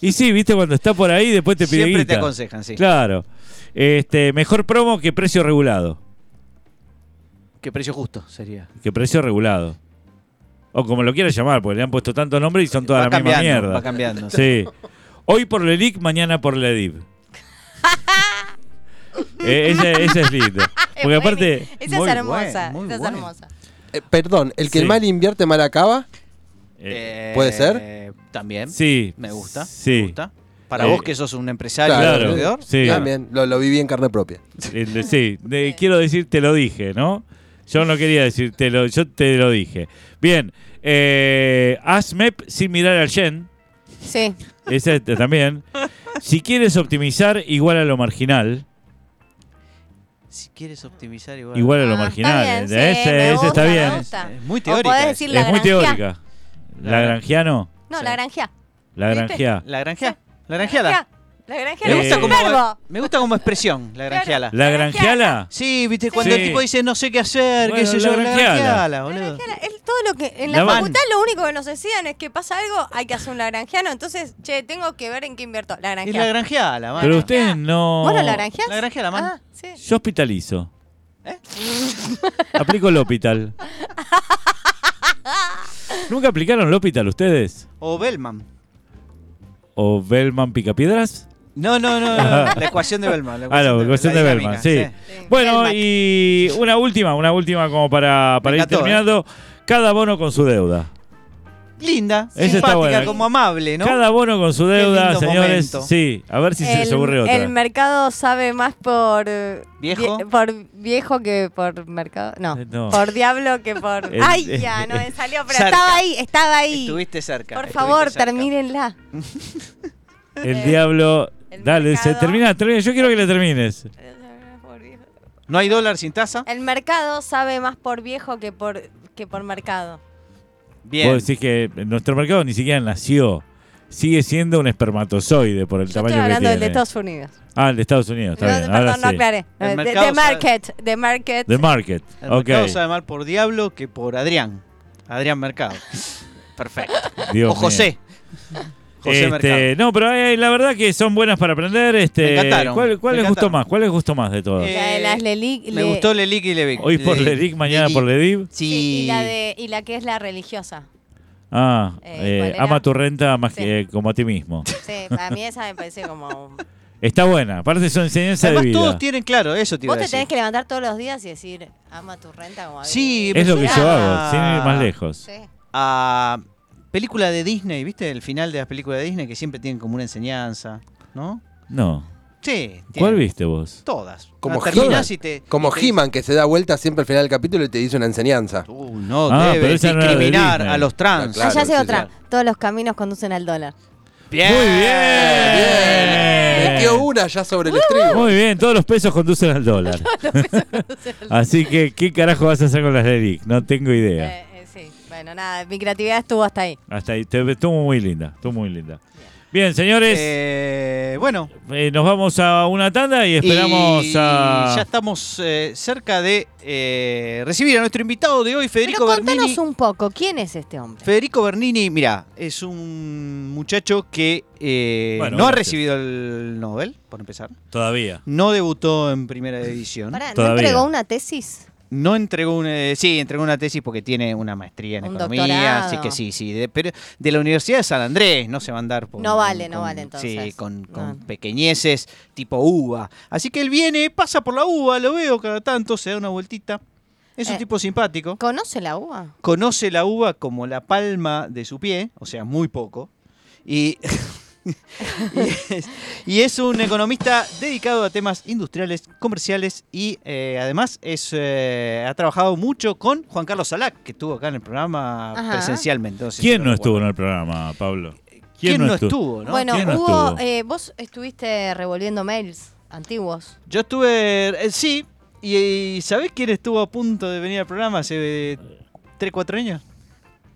[SPEAKER 3] y sí, viste, cuando está por ahí, después te pide
[SPEAKER 7] Siempre te
[SPEAKER 3] guita.
[SPEAKER 7] aconsejan, sí.
[SPEAKER 3] Claro. Este, mejor promo que precio regulado.
[SPEAKER 7] Que precio justo sería.
[SPEAKER 3] Que precio regulado. O como lo quieras llamar, porque le han puesto tantos nombres y son toda
[SPEAKER 7] va
[SPEAKER 3] la misma
[SPEAKER 7] cambiando,
[SPEAKER 3] mierda.
[SPEAKER 7] va cambiando.
[SPEAKER 3] Sí. Hoy por Lelic, mañana por E Ledib.
[SPEAKER 7] [laughs]
[SPEAKER 3] Eh, esa, esa es linda.
[SPEAKER 4] Es
[SPEAKER 3] Porque
[SPEAKER 4] buenísima.
[SPEAKER 3] aparte.
[SPEAKER 4] Esa
[SPEAKER 7] muy
[SPEAKER 4] es hermosa.
[SPEAKER 7] buen, muy
[SPEAKER 4] esa es
[SPEAKER 7] buen.
[SPEAKER 4] hermosa.
[SPEAKER 6] Eh, perdón, el que
[SPEAKER 3] Sí.
[SPEAKER 6] mal invierte, mal acaba.
[SPEAKER 3] eh,
[SPEAKER 6] ¿Puede ser?
[SPEAKER 7] Eh, También.
[SPEAKER 3] sí.
[SPEAKER 7] Me gusta.
[SPEAKER 3] Sí.
[SPEAKER 7] Me gusta. Para
[SPEAKER 3] Eh,
[SPEAKER 7] vos que sos un empresario,
[SPEAKER 6] claro.
[SPEAKER 7] un emprendedor,
[SPEAKER 3] Sí.
[SPEAKER 6] También, lo, lo viví en carne propia.
[SPEAKER 3] El Eh, de- sí, de- quiero decir, te lo dije, ¿no? Yo no quería decir, te lo, yo te lo dije. Bien, eh, haz MEP sin mirar al yen,
[SPEAKER 4] Sí.
[SPEAKER 3] ese t- también. Si quieres optimizar, igual a lo marginal.
[SPEAKER 7] si quieres optimizar igual.
[SPEAKER 3] Igual a lo
[SPEAKER 4] Ah,
[SPEAKER 3] marginal. Eh,
[SPEAKER 4] está bien, sí,
[SPEAKER 3] ese
[SPEAKER 4] me
[SPEAKER 3] ese
[SPEAKER 4] gusta,
[SPEAKER 3] está
[SPEAKER 4] me
[SPEAKER 3] bien.
[SPEAKER 4] gusta.
[SPEAKER 7] Es muy
[SPEAKER 4] O
[SPEAKER 7] teórica
[SPEAKER 4] podés
[SPEAKER 7] esa.
[SPEAKER 4] decir
[SPEAKER 3] Es
[SPEAKER 4] la
[SPEAKER 3] muy
[SPEAKER 4] granjea.
[SPEAKER 3] teórica. La granjiano.
[SPEAKER 4] No,
[SPEAKER 7] Sí.
[SPEAKER 4] la granjea.
[SPEAKER 3] La
[SPEAKER 4] ¿Viste?
[SPEAKER 3] granjea.
[SPEAKER 7] La granjea. La granjeala.
[SPEAKER 4] La granjea
[SPEAKER 3] Me
[SPEAKER 4] no
[SPEAKER 3] gusta
[SPEAKER 4] es un
[SPEAKER 3] como-
[SPEAKER 4] verbo.
[SPEAKER 7] Me gusta como expresión, la granjeala.
[SPEAKER 3] Eh, La granjeala.
[SPEAKER 7] Sí, viste, cuando
[SPEAKER 3] Sí.
[SPEAKER 7] el tipo dice no sé qué hacer, qué
[SPEAKER 3] Bueno,
[SPEAKER 7] sé
[SPEAKER 3] la
[SPEAKER 7] yo, la
[SPEAKER 3] granjeala.
[SPEAKER 7] granjeala, boludo.
[SPEAKER 4] Granjeala, es todo lo que en
[SPEAKER 3] La
[SPEAKER 4] la,
[SPEAKER 3] van.
[SPEAKER 4] facultad lo único que nos decían es que pasa algo, hay que hacer un lagrangiano, entonces, che, tengo que ver en qué invierto. La
[SPEAKER 7] Es la
[SPEAKER 4] granjeala.
[SPEAKER 7] granjeala, mano.
[SPEAKER 3] Pero ustedes no.
[SPEAKER 4] ¿Vos no lagranjeás?
[SPEAKER 7] La granjeala, man.
[SPEAKER 4] Ah, sí.
[SPEAKER 3] Yo hospitalizo.
[SPEAKER 7] ¿Eh?
[SPEAKER 3] [laughs] Aplico el hospital. ¿Nunca aplicaron el hospital ustedes?
[SPEAKER 7] O Bellman.
[SPEAKER 3] ¿O Bellman Picapiedras?
[SPEAKER 7] No, no, no, no, la ecuación de Bellman.
[SPEAKER 3] Ah, la cuestión de
[SPEAKER 7] dinámica,
[SPEAKER 3] Bellman, sí.
[SPEAKER 4] Sí.
[SPEAKER 3] Bueno,
[SPEAKER 4] Bellman.
[SPEAKER 3] y una última, una última como para, para ir
[SPEAKER 7] encantó,
[SPEAKER 3] terminando. Cada bono con su deuda.
[SPEAKER 7] Linda,
[SPEAKER 3] Esa está buena.
[SPEAKER 7] simpática, como amable, ¿no?
[SPEAKER 3] Cada bono con su deuda,
[SPEAKER 7] lindo
[SPEAKER 3] señores.
[SPEAKER 7] momento.
[SPEAKER 3] Sí, a ver si se les aburre otra.
[SPEAKER 4] el mercado sabe más por eh,
[SPEAKER 7] ¿Viejo?
[SPEAKER 4] vie- por viejo que por mercado. No,
[SPEAKER 3] Eh, no.
[SPEAKER 4] por diablo que por.
[SPEAKER 3] [laughs] El-
[SPEAKER 4] Ay, ya, no me salió, pero
[SPEAKER 7] Cerca.
[SPEAKER 4] estaba ahí, estaba ahí.
[SPEAKER 7] Estuviste cerca.
[SPEAKER 4] por
[SPEAKER 7] estuviste
[SPEAKER 4] favor,
[SPEAKER 7] cerca.
[SPEAKER 4] termínenla.
[SPEAKER 3] El diablo.
[SPEAKER 4] El
[SPEAKER 3] Dale, se
[SPEAKER 4] mercado.
[SPEAKER 3] termina, termina. Yo quiero que le termines.
[SPEAKER 7] ¿No hay dólar sin tasa?
[SPEAKER 4] El mercado sabe más por viejo que por que por mercado.
[SPEAKER 7] Bien.
[SPEAKER 3] Vos decís que nuestro mercado ni siquiera nació. Sigue siendo un espermatozoide por el
[SPEAKER 4] Yo
[SPEAKER 3] tamaño
[SPEAKER 4] estoy hablando
[SPEAKER 3] que
[SPEAKER 4] del de
[SPEAKER 3] tiene.
[SPEAKER 4] Estados Unidos.
[SPEAKER 3] Ah, el de Estados Unidos, está
[SPEAKER 4] No,
[SPEAKER 3] bien.
[SPEAKER 4] perdón,
[SPEAKER 3] Ahora
[SPEAKER 4] no
[SPEAKER 3] sí.
[SPEAKER 4] aclaré.
[SPEAKER 7] El
[SPEAKER 4] Eh, de-
[SPEAKER 7] mercado
[SPEAKER 4] de
[SPEAKER 7] sabe-
[SPEAKER 4] market, de market.
[SPEAKER 3] The Market.
[SPEAKER 7] El
[SPEAKER 3] ok.
[SPEAKER 7] mercado sabe mal por
[SPEAKER 3] [laughs]
[SPEAKER 7] Diablo que por Adrián. Adrián Mercado. Perfecto.
[SPEAKER 3] Dios mío.
[SPEAKER 7] o José. José
[SPEAKER 3] Este,
[SPEAKER 7] Mercado.
[SPEAKER 3] No, pero eh, la verdad que son buenas para aprender. Este,
[SPEAKER 7] Me encantaron,
[SPEAKER 3] ¿Cuál, cuál
[SPEAKER 7] me
[SPEAKER 3] les gustó
[SPEAKER 7] encantaron.
[SPEAKER 3] más? ¿Cuál les gustó más de todas?
[SPEAKER 7] Eh,
[SPEAKER 4] La de las Lelic.
[SPEAKER 7] Me gustó Lelic y Levic.
[SPEAKER 3] Hoy
[SPEAKER 4] eh,
[SPEAKER 3] por Ledic, mañana por Lediv.
[SPEAKER 7] Sí.
[SPEAKER 4] y, la de, y la que es la religiosa.
[SPEAKER 3] Ah,
[SPEAKER 4] Eh, ¿cuál
[SPEAKER 3] eh,
[SPEAKER 4] era?
[SPEAKER 3] ama tu renta más
[SPEAKER 4] Sí.
[SPEAKER 3] que eh, como a ti mismo.
[SPEAKER 4] Sí, a mí esa me parece
[SPEAKER 7] [laughs]
[SPEAKER 4] como...
[SPEAKER 3] Está buena, aparte son enseñanza
[SPEAKER 7] Además,
[SPEAKER 3] de vida.
[SPEAKER 7] todos tienen claro, eso te iba
[SPEAKER 4] Vos
[SPEAKER 7] a
[SPEAKER 4] te
[SPEAKER 7] decir.
[SPEAKER 4] tenés que levantar todos los días y decir, ama tu renta como a mí.
[SPEAKER 7] Sí,
[SPEAKER 3] Es lo que yo
[SPEAKER 7] Ah.
[SPEAKER 3] hago, sin ir más lejos.
[SPEAKER 4] Sí.
[SPEAKER 7] a Ah, película de Disney, ¿viste? El final de las películas de Disney que siempre tienen como una enseñanza, ¿no?
[SPEAKER 3] No.
[SPEAKER 7] Sí. tienen.
[SPEAKER 3] ¿Cuál viste vos?
[SPEAKER 7] Todas.
[SPEAKER 6] Como
[SPEAKER 7] Ah, terminás
[SPEAKER 6] He-Man.
[SPEAKER 7] y te-
[SPEAKER 6] Como
[SPEAKER 7] y te
[SPEAKER 6] He-Man, que se da vuelta siempre al final del capítulo y te dice una enseñanza.
[SPEAKER 7] dice, "Uh, no
[SPEAKER 3] Ah, pero
[SPEAKER 7] debes
[SPEAKER 3] esa no era de
[SPEAKER 7] discriminar
[SPEAKER 3] Disney.
[SPEAKER 7] a los trans.
[SPEAKER 6] Claro,
[SPEAKER 4] ah, ya sé
[SPEAKER 6] sí,
[SPEAKER 4] otra. Todos los caminos conducen al dólar.
[SPEAKER 7] Bien.
[SPEAKER 3] Muy bien.
[SPEAKER 6] Metió una ya sobre el estribo.
[SPEAKER 3] Muy bien, todos los pesos conducen al
[SPEAKER 4] [laughs]
[SPEAKER 3] dólar. Así que, ¿qué carajo vas a hacer con las Ledic? No tengo idea.
[SPEAKER 4] Eh, eh, sí, bueno, nada, mi creatividad estuvo hasta ahí.
[SPEAKER 3] Hasta ahí, te- estuvo muy linda, estuvo muy linda. Bien, señores,
[SPEAKER 7] Eh, bueno,
[SPEAKER 3] eh, nos vamos a una tanda y esperamos
[SPEAKER 7] y
[SPEAKER 3] a...
[SPEAKER 7] ya estamos eh, cerca de eh, recibir a nuestro invitado de hoy, Federico
[SPEAKER 4] Pero contanos
[SPEAKER 7] Bernini.
[SPEAKER 4] un poco, ¿quién es este hombre?
[SPEAKER 7] Federico Bernini, mira, es un muchacho que eh,
[SPEAKER 3] Bueno,
[SPEAKER 7] no ha
[SPEAKER 3] gracias.
[SPEAKER 7] recibido el Nobel, por empezar.
[SPEAKER 3] Todavía.
[SPEAKER 7] No debutó
[SPEAKER 4] [laughs]
[SPEAKER 7] en primera división.
[SPEAKER 4] Pará, ¿no
[SPEAKER 3] Todavía.
[SPEAKER 4] entregó una tesis?
[SPEAKER 7] No entregó una. Sí, entregó una tesis porque tiene una maestría en
[SPEAKER 4] Un
[SPEAKER 7] economía.
[SPEAKER 4] doctorado.
[SPEAKER 7] Así que sí, sí. de- pero de la Universidad de San Andrés no se va a andar por.
[SPEAKER 4] No vale, no vale, entonces.
[SPEAKER 7] Sí, con, con
[SPEAKER 4] No.
[SPEAKER 7] pequeñeces tipo uva. Así que él viene, pasa por la uva, lo veo cada tanto, se da una vueltita. Es un
[SPEAKER 4] Eh.
[SPEAKER 7] tipo simpático.
[SPEAKER 4] ¿Conoce la uva?
[SPEAKER 7] Conoce la uva como la palma de su pie, o sea, muy poco. Y. [laughs] y, es, y es un economista dedicado a temas industriales, comerciales y eh, además es eh, ha trabajado mucho con Juan Carlos Salac, que estuvo acá en el programa
[SPEAKER 4] Ajá.
[SPEAKER 7] presencialmente. sé si
[SPEAKER 3] ¿Quién
[SPEAKER 7] lo
[SPEAKER 3] no
[SPEAKER 7] recuerdan.
[SPEAKER 3] estuvo en el programa, Pablo?
[SPEAKER 7] ¿Quién, no estuvo? no?
[SPEAKER 4] bueno,
[SPEAKER 3] ¿Quién no
[SPEAKER 4] Hugo,
[SPEAKER 3] estuvo?
[SPEAKER 4] eh, vos estuviste revolviendo mails antiguos.
[SPEAKER 7] Yo estuve. eh, sí, y, y ¿sabés quién estuvo a punto de venir al programa hace 3, 4 años?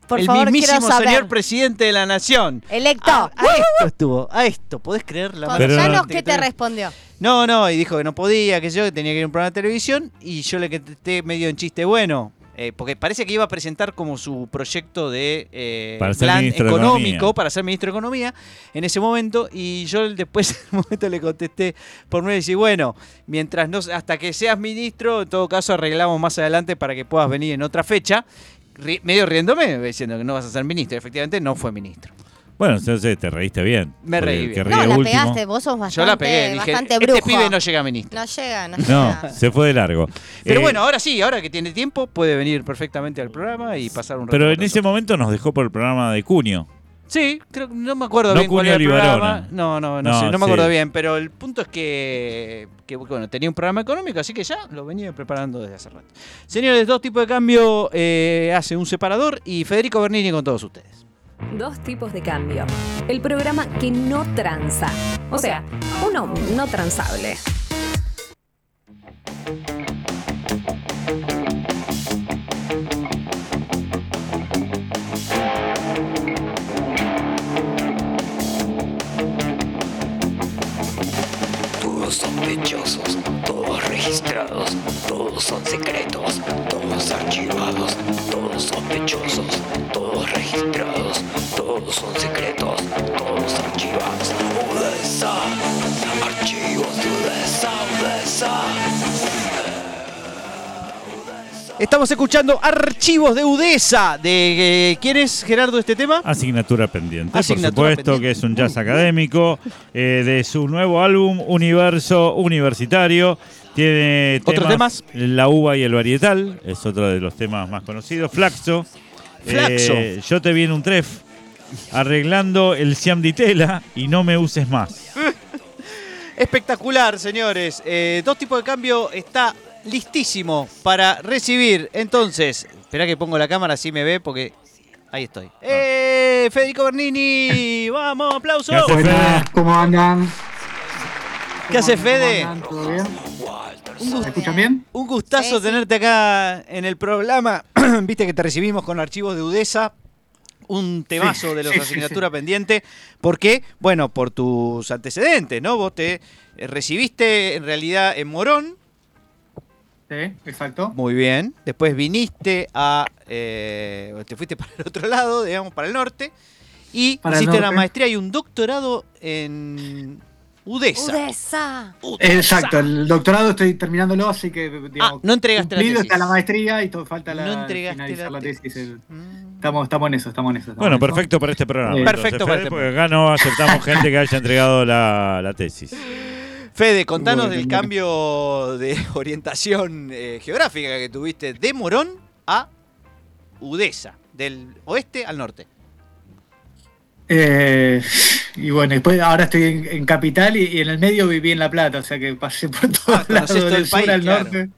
[SPEAKER 4] Por
[SPEAKER 7] el
[SPEAKER 4] favor, quiero
[SPEAKER 7] mismísimo
[SPEAKER 4] saber.
[SPEAKER 7] señor presidente de la nación.
[SPEAKER 4] Electo,
[SPEAKER 7] A, Ah, a esto estuvo, a esto, ¿podés creer la mala
[SPEAKER 3] Pero
[SPEAKER 4] contanos
[SPEAKER 7] suerte
[SPEAKER 4] qué
[SPEAKER 7] que
[SPEAKER 4] te
[SPEAKER 7] tengo?
[SPEAKER 4] respondió.
[SPEAKER 7] No, no, y dijo que no podía, que yo que tenía que ir a un programa de televisión y yo le contesté medio en chiste bueno. eh, porque parece que iba a presentar como su proyecto de eh,
[SPEAKER 3] Para ser
[SPEAKER 7] plan
[SPEAKER 3] ministro de
[SPEAKER 7] económico
[SPEAKER 3] Economía.
[SPEAKER 7] para ser ministro de Economía en ese momento y yo [laughs] después en el momento le contesté por medio y decir, bueno, mientras no hasta que seas ministro, en todo caso arreglamos más adelante para que puedas venir en otra fecha, Ri- medio riéndome, diciendo que no vas a ser ministro. Efectivamente no fue ministro.
[SPEAKER 3] Bueno, entonces te reíste bien.
[SPEAKER 7] Me
[SPEAKER 3] porque
[SPEAKER 7] reí
[SPEAKER 3] el que
[SPEAKER 7] bien.
[SPEAKER 3] ríe
[SPEAKER 4] No, la
[SPEAKER 3] último-
[SPEAKER 4] pegaste, vos sos bastante,
[SPEAKER 7] yo la pegué, dije,
[SPEAKER 4] bastante
[SPEAKER 7] este
[SPEAKER 4] brujo.
[SPEAKER 7] pibe no llega a ministro.
[SPEAKER 4] No llega, no
[SPEAKER 3] No,
[SPEAKER 4] llega.
[SPEAKER 3] se fue de largo.
[SPEAKER 7] Pero
[SPEAKER 3] Eh,
[SPEAKER 7] bueno, ahora sí, ahora que tiene tiempo, puede venir perfectamente al programa y pasar un rato.
[SPEAKER 3] Pero
[SPEAKER 7] con
[SPEAKER 3] en ese
[SPEAKER 7] nosotros.
[SPEAKER 3] momento nos dejó por el programa de Cuño.
[SPEAKER 7] Sí, creo que no me acuerdo
[SPEAKER 3] No
[SPEAKER 7] bien cuál
[SPEAKER 3] Cuneo
[SPEAKER 7] era el
[SPEAKER 3] Libarona.
[SPEAKER 7] programa. No, no, no,
[SPEAKER 3] No,
[SPEAKER 7] sé, no me acuerdo
[SPEAKER 3] sí.
[SPEAKER 7] bien, pero el punto es que, que, bueno, tenía un programa económico, así que ya lo venía preparando desde hace rato. Señores, dos tipos de cambio eh, hace un separador y Federico Bernini con todos ustedes.
[SPEAKER 8] Dos tipos de cambio. El programa que no tranza. O sea, uno no transable.
[SPEAKER 2] Todos sospechosos, todos registrados, todos son secretos, todos archivados, todos sospechosos, todos registrados, todos son secretos, todos archivados. Udesa, archivos de Udesa, Udesa.
[SPEAKER 7] Estamos escuchando archivos de Udesa. De, eh, ¿Quién es Gerardo este tema?
[SPEAKER 3] Asignatura pendiente,
[SPEAKER 7] Asignatura
[SPEAKER 3] por supuesto,
[SPEAKER 7] pendiente.
[SPEAKER 3] que es un jazz académico eh, de su nuevo álbum Universo Universitario. Tiene
[SPEAKER 7] ¿Otros
[SPEAKER 3] La uva y el varietal, es otro de los temas más conocidos. Flaxo.
[SPEAKER 7] Flaxo.
[SPEAKER 3] Eh, yo te vi en un tref arreglando el Siam di Tela y no me uses más.
[SPEAKER 7] Espectacular, señores. Eh, dos tipos de cambio está listísimo para recibir. Entonces, espera que pongo la cámara, así me ve, porque ahí estoy.
[SPEAKER 10] Ah.
[SPEAKER 7] ¡Eh! Federico
[SPEAKER 10] [laughs]
[SPEAKER 7] Bernini, vamos, aplauso.
[SPEAKER 3] ¿Qué hace, Fede?
[SPEAKER 10] ¿Cómo andan?
[SPEAKER 7] ¿Qué haces, Fede?
[SPEAKER 10] ¿Todo bien?
[SPEAKER 7] Un, gust-
[SPEAKER 10] ¿Escuchan bien?
[SPEAKER 7] un gustazo
[SPEAKER 4] Sí, sí.
[SPEAKER 7] tenerte acá en el programa. [clears throat] Viste que te recibimos con archivos de Udesa. Un temazo de los
[SPEAKER 10] sí, sí,
[SPEAKER 7] asignatura pendiente. Porque, bueno, por tus antecedentes, ¿no? Vos te eh, recibiste en realidad en Morón.
[SPEAKER 10] Sí, exacto.
[SPEAKER 7] Muy bien. [laughs] Después viniste a. eh, te fuiste para el otro lado, digamos, para el norte. Y
[SPEAKER 10] Para el
[SPEAKER 7] hiciste la
[SPEAKER 10] norte.
[SPEAKER 7] maestría y un doctorado en UDESA.
[SPEAKER 4] Udesa.
[SPEAKER 10] Exacto, el doctorado estoy terminándolo, así que digamos,
[SPEAKER 7] Ah, no entregaste la
[SPEAKER 10] cumplido
[SPEAKER 7] tesis.
[SPEAKER 10] está la maestría y todo falta la
[SPEAKER 7] No entregaste
[SPEAKER 10] finalizar
[SPEAKER 7] la
[SPEAKER 10] la tesis.
[SPEAKER 7] tesis.
[SPEAKER 10] el-
[SPEAKER 7] Mm.
[SPEAKER 10] estamos, estamos en eso, estamos en eso. estamos
[SPEAKER 3] Bueno,
[SPEAKER 10] en eso.
[SPEAKER 3] perfecto para este programa.
[SPEAKER 10] Sí.
[SPEAKER 3] entonces,
[SPEAKER 7] Perfecto para
[SPEAKER 3] Fede,
[SPEAKER 7] este
[SPEAKER 3] Porque acá no aceptamos gente que haya entregado la, la tesis.
[SPEAKER 7] Fede, contanos
[SPEAKER 10] Bueno,
[SPEAKER 7] del
[SPEAKER 10] bueno.
[SPEAKER 7] cambio de [laughs] orientación eh, geográfica que tuviste de Morón a Udesa, del oeste al norte.
[SPEAKER 10] Eh, y bueno, después ahora estoy en, en Capital y, y en el medio viví en La Plata, o sea que pasé por todos [laughs]
[SPEAKER 7] Ah,
[SPEAKER 10] lados,
[SPEAKER 7] conocés todo
[SPEAKER 10] del
[SPEAKER 7] el
[SPEAKER 10] sur
[SPEAKER 7] país,
[SPEAKER 10] al
[SPEAKER 7] claro.
[SPEAKER 10] norte,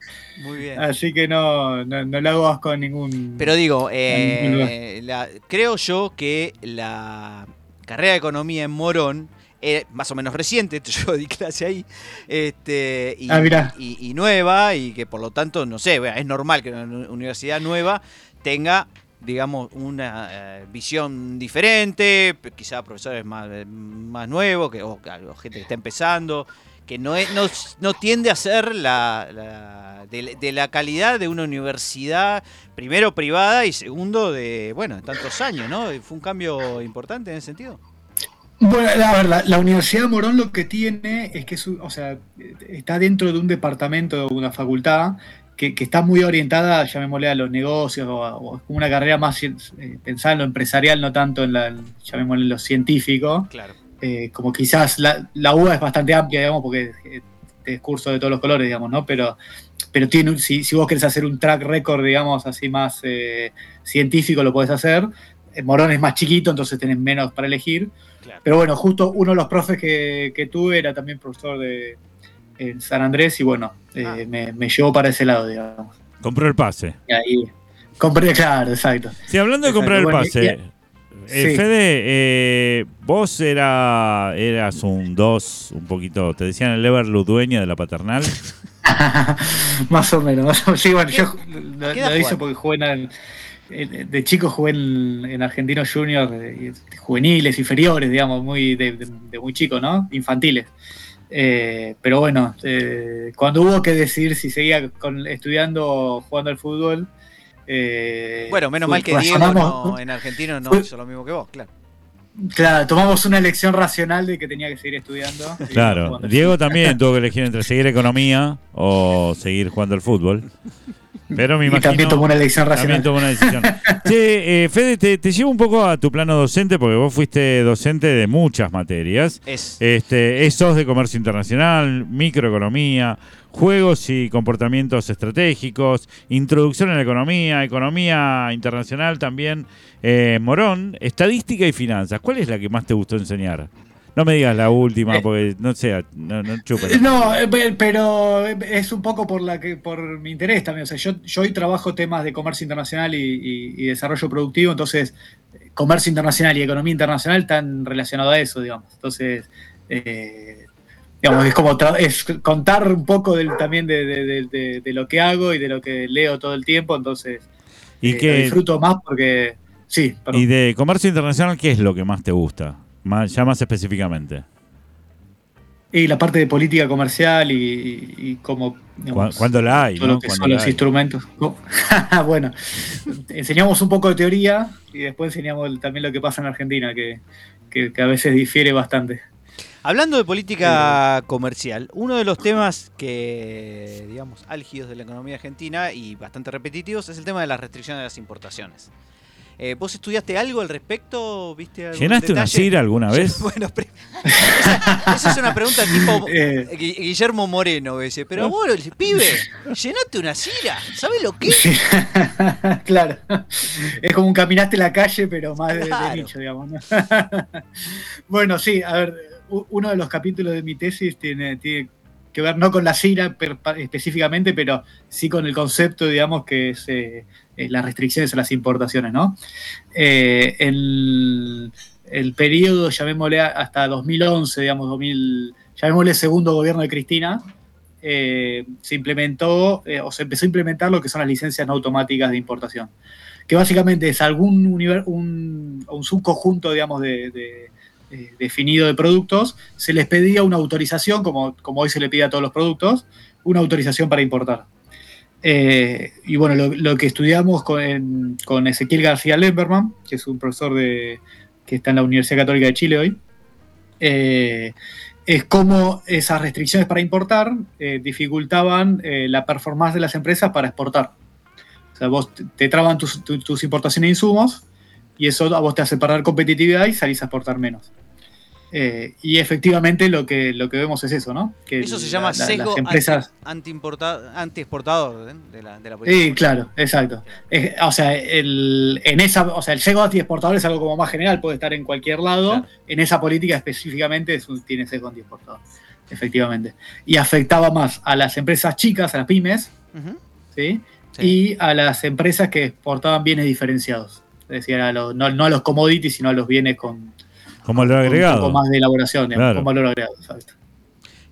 [SPEAKER 7] Muy bien.
[SPEAKER 10] así que no, no, no le hago asco a ningún...
[SPEAKER 7] Pero digo,
[SPEAKER 10] En ningún
[SPEAKER 7] eh, la- creo yo que la carrera de economía en Morón era eh, más o menos reciente, [laughs] yo di clase ahí, este, y,
[SPEAKER 10] Ah, mirá.
[SPEAKER 7] y- y nueva, y que por lo tanto, no sé, bueno, es normal que una nu- universidad nueva tenga digamos, una eh, visión diferente, p- quizá profesores más, eh, más nuevos, que, o, o gente que está empezando, que no, es- no, s- no tiende a ser la, la- de, la- de la calidad de una universidad, primero privada y segundo de, bueno, de tantos años, ¿no? Y Fue un cambio importante en ese sentido.
[SPEAKER 10] Bueno, la, a ver, la, la Universidad de Morón lo que tiene es que es un- o sea, está dentro de un departamento de una facultad que, que está muy orientada, llamémosle, a los negocios o, a- o es como una carrera más cien- eh, pensada en lo empresarial, no tanto en la, llamémosle, en lo científico.
[SPEAKER 7] Claro.
[SPEAKER 10] Eh, como quizás la, la UBA es bastante amplia, digamos, porque eh, es curso de todos los colores, digamos, ¿no? Pero, pero tiene un- si, si vos querés hacer un track record, digamos, así más eh, científico, lo podés hacer. Eh, Morón es más chiquito, entonces tenés menos para elegir.
[SPEAKER 7] Claro.
[SPEAKER 10] Pero bueno, justo uno de los profes que, que tuve era también profesor de en San Andrés y bueno, eh,
[SPEAKER 7] Ah.
[SPEAKER 10] me, me llevó para ese lado, digamos.
[SPEAKER 3] Compró el pase.
[SPEAKER 10] Y ahí compré, claro, exacto.
[SPEAKER 3] Sí, hablando de
[SPEAKER 10] Exacto,
[SPEAKER 3] comprar el
[SPEAKER 10] bueno,
[SPEAKER 3] pase.
[SPEAKER 10] y-
[SPEAKER 3] eh,
[SPEAKER 10] sí.
[SPEAKER 3] Fede, eh, vos era, eras un 2, un poquito. Te decían el Everlu dueña de la paternal.
[SPEAKER 10] [laughs] más o menos, más o menos. Sí, bueno, yo lo,
[SPEAKER 7] qué edad
[SPEAKER 10] lo hice
[SPEAKER 7] jugás?
[SPEAKER 10] porque jugué en, el- en- de chico jugué en, en Argentinos Juniors, eh, juveniles, inferiores, digamos, muy de, de- de muy chico, ¿no? Infantiles. Eh, pero bueno, eh, cuando hubo que decidir si seguía con- estudiando o jugando al fútbol. eh,
[SPEAKER 7] Bueno, menos
[SPEAKER 10] fu-
[SPEAKER 7] mal que Diego
[SPEAKER 10] razonamos-
[SPEAKER 7] no- en argentino no
[SPEAKER 10] Fue-
[SPEAKER 7] hizo lo mismo que vos, claro.
[SPEAKER 10] Claro, tomamos una elección racional de que tenía que seguir estudiando. y
[SPEAKER 3] Claro.
[SPEAKER 10] jugando al
[SPEAKER 3] Diego también tuvo que elegir entre seguir economía o seguir jugando al fútbol. Pero me
[SPEAKER 10] fútbol. Y
[SPEAKER 3] imagino.
[SPEAKER 10] también tomó una elección
[SPEAKER 3] También
[SPEAKER 10] racional.
[SPEAKER 3] tomó una decisión. che, eh, Fede, te, te llevo un poco a tu plano docente, porque vos fuiste docente de muchas materias.
[SPEAKER 7] Es
[SPEAKER 3] Este, es sos de comercio internacional, microeconomía, juegos y comportamientos estratégicos, introducción a la economía, economía internacional también, eh, Morón, estadística y finanzas. ¿Cuál es la que más te gustó enseñar? No me digas la última,
[SPEAKER 10] Eh.
[SPEAKER 3] porque no sé, no, no chupa.
[SPEAKER 10] No, eh, pe- pero es un poco por la que por mi interés también. O sea, yo, yo hoy trabajo temas de comercio internacional y, y- y desarrollo productivo, entonces eh, comercio internacional y economía internacional están relacionados a eso, digamos. Entonces, eh, digamos, es como tra- es contar un poco del, también de, de- de- de- de lo que hago y de lo que leo todo el tiempo, entonces
[SPEAKER 3] ¿Y,
[SPEAKER 10] eh, lo
[SPEAKER 3] qué-
[SPEAKER 10] disfruto más porque sí, perdón.
[SPEAKER 3] y de comercio internacional, ¿qué es lo que más te gusta? Más- ya más específicamente.
[SPEAKER 10] Y la parte de política comercial y, y- y cómo.
[SPEAKER 3] Cu-
[SPEAKER 10] digamos,
[SPEAKER 3] Cuando la hay,
[SPEAKER 10] todo
[SPEAKER 3] ¿no?
[SPEAKER 10] lo que
[SPEAKER 3] Cuando
[SPEAKER 10] son
[SPEAKER 3] la
[SPEAKER 10] los
[SPEAKER 3] hay.
[SPEAKER 10] instrumentos. [laughs] Oh, bueno, enseñamos un poco de teoría y después enseñamos el- también lo que pasa en Argentina, que, que- que a veces difiere bastante.
[SPEAKER 7] Hablando de política comercial, uno de los temas que, digamos, álgidos de la economía argentina y bastante repetitivos es el tema de las restricciones de las importaciones. Eh, ¿Vos estudiaste algo al respecto? ¿Viste algún
[SPEAKER 3] ¿Llenaste una
[SPEAKER 7] detalle?
[SPEAKER 3] cira
[SPEAKER 7] [laughs]
[SPEAKER 3] alguna vez?
[SPEAKER 7] Bueno, pre- esa, esa es una pregunta
[SPEAKER 3] [laughs]
[SPEAKER 7] tipo
[SPEAKER 10] [laughs] Eh.
[SPEAKER 7] Gui- Guillermo Moreno, ese. Pero vos, el pibe, llenaste una cira. ¿Sabés lo que? es?
[SPEAKER 10] [laughs] claro. Es como un caminaste la calle, pero más de, de
[SPEAKER 7] Claro.
[SPEAKER 10] nicho, digamos. ¿no? [laughs] bueno, sí, a ver, u- uno de los capítulos de mi tesis tiene, tiene que ver no con la CIRA per- pa- específicamente, pero sí con el concepto, digamos, que es eh, eh, las restricciones a las importaciones, ¿no? Eh, el, el periodo, llamémosle a- hasta 2011, digamos, 2000, llamémosle segundo gobierno de Cristina, eh, se implementó eh, o se empezó a implementar lo que son las licencias no automáticas de importación, que básicamente es algún univer- un, un subconjunto, digamos, de, de- eh, definido de productos, se les pedía una autorización, como, como hoy se le pide a todos los productos, una autorización para importar. Eh, y bueno, lo, lo que estudiamos con, en- con Ezequiel García Lemberman, que es un profesor de, que está en la Universidad Católica de Chile hoy, eh, es cómo esas restricciones para importar eh, dificultaban eh, la performance de las empresas para exportar. O sea, vos te- te traban tus, tu- tus importaciones de insumos y eso a vos te hace perder competitividad y salís a exportar menos. Eh, y efectivamente lo que, lo que vemos es eso, ¿no? Que
[SPEAKER 1] Eso se
[SPEAKER 10] la-
[SPEAKER 1] llama
[SPEAKER 10] la-
[SPEAKER 1] sesgo
[SPEAKER 10] Las empresas,
[SPEAKER 1] anti- antiimporta- anti-exportador ¿eh? de la, de la
[SPEAKER 7] Pues
[SPEAKER 1] política.
[SPEAKER 10] Sí, claro, exacto. Es- o sea, el, en esa, o sea, el sesgo antiexportador es algo como más general, puede estar en cualquier lado.
[SPEAKER 1] Claro.
[SPEAKER 10] En esa política específicamente es un- tiene sesgo antiexportador, efectivamente. Y afectaba más a las empresas chicas, a las pymes,
[SPEAKER 1] Ujú.
[SPEAKER 10] ¿sí?
[SPEAKER 1] Sí.
[SPEAKER 10] Y a las empresas que exportaban bienes diferenciados. Es decir, a los- no, no a los commodities, sino a los bienes con,
[SPEAKER 3] Como lo
[SPEAKER 10] con un
[SPEAKER 3] agregado.
[SPEAKER 10] poco más de elaboración, digamos,
[SPEAKER 3] Claro.
[SPEAKER 10] con valor agregado. Exacto.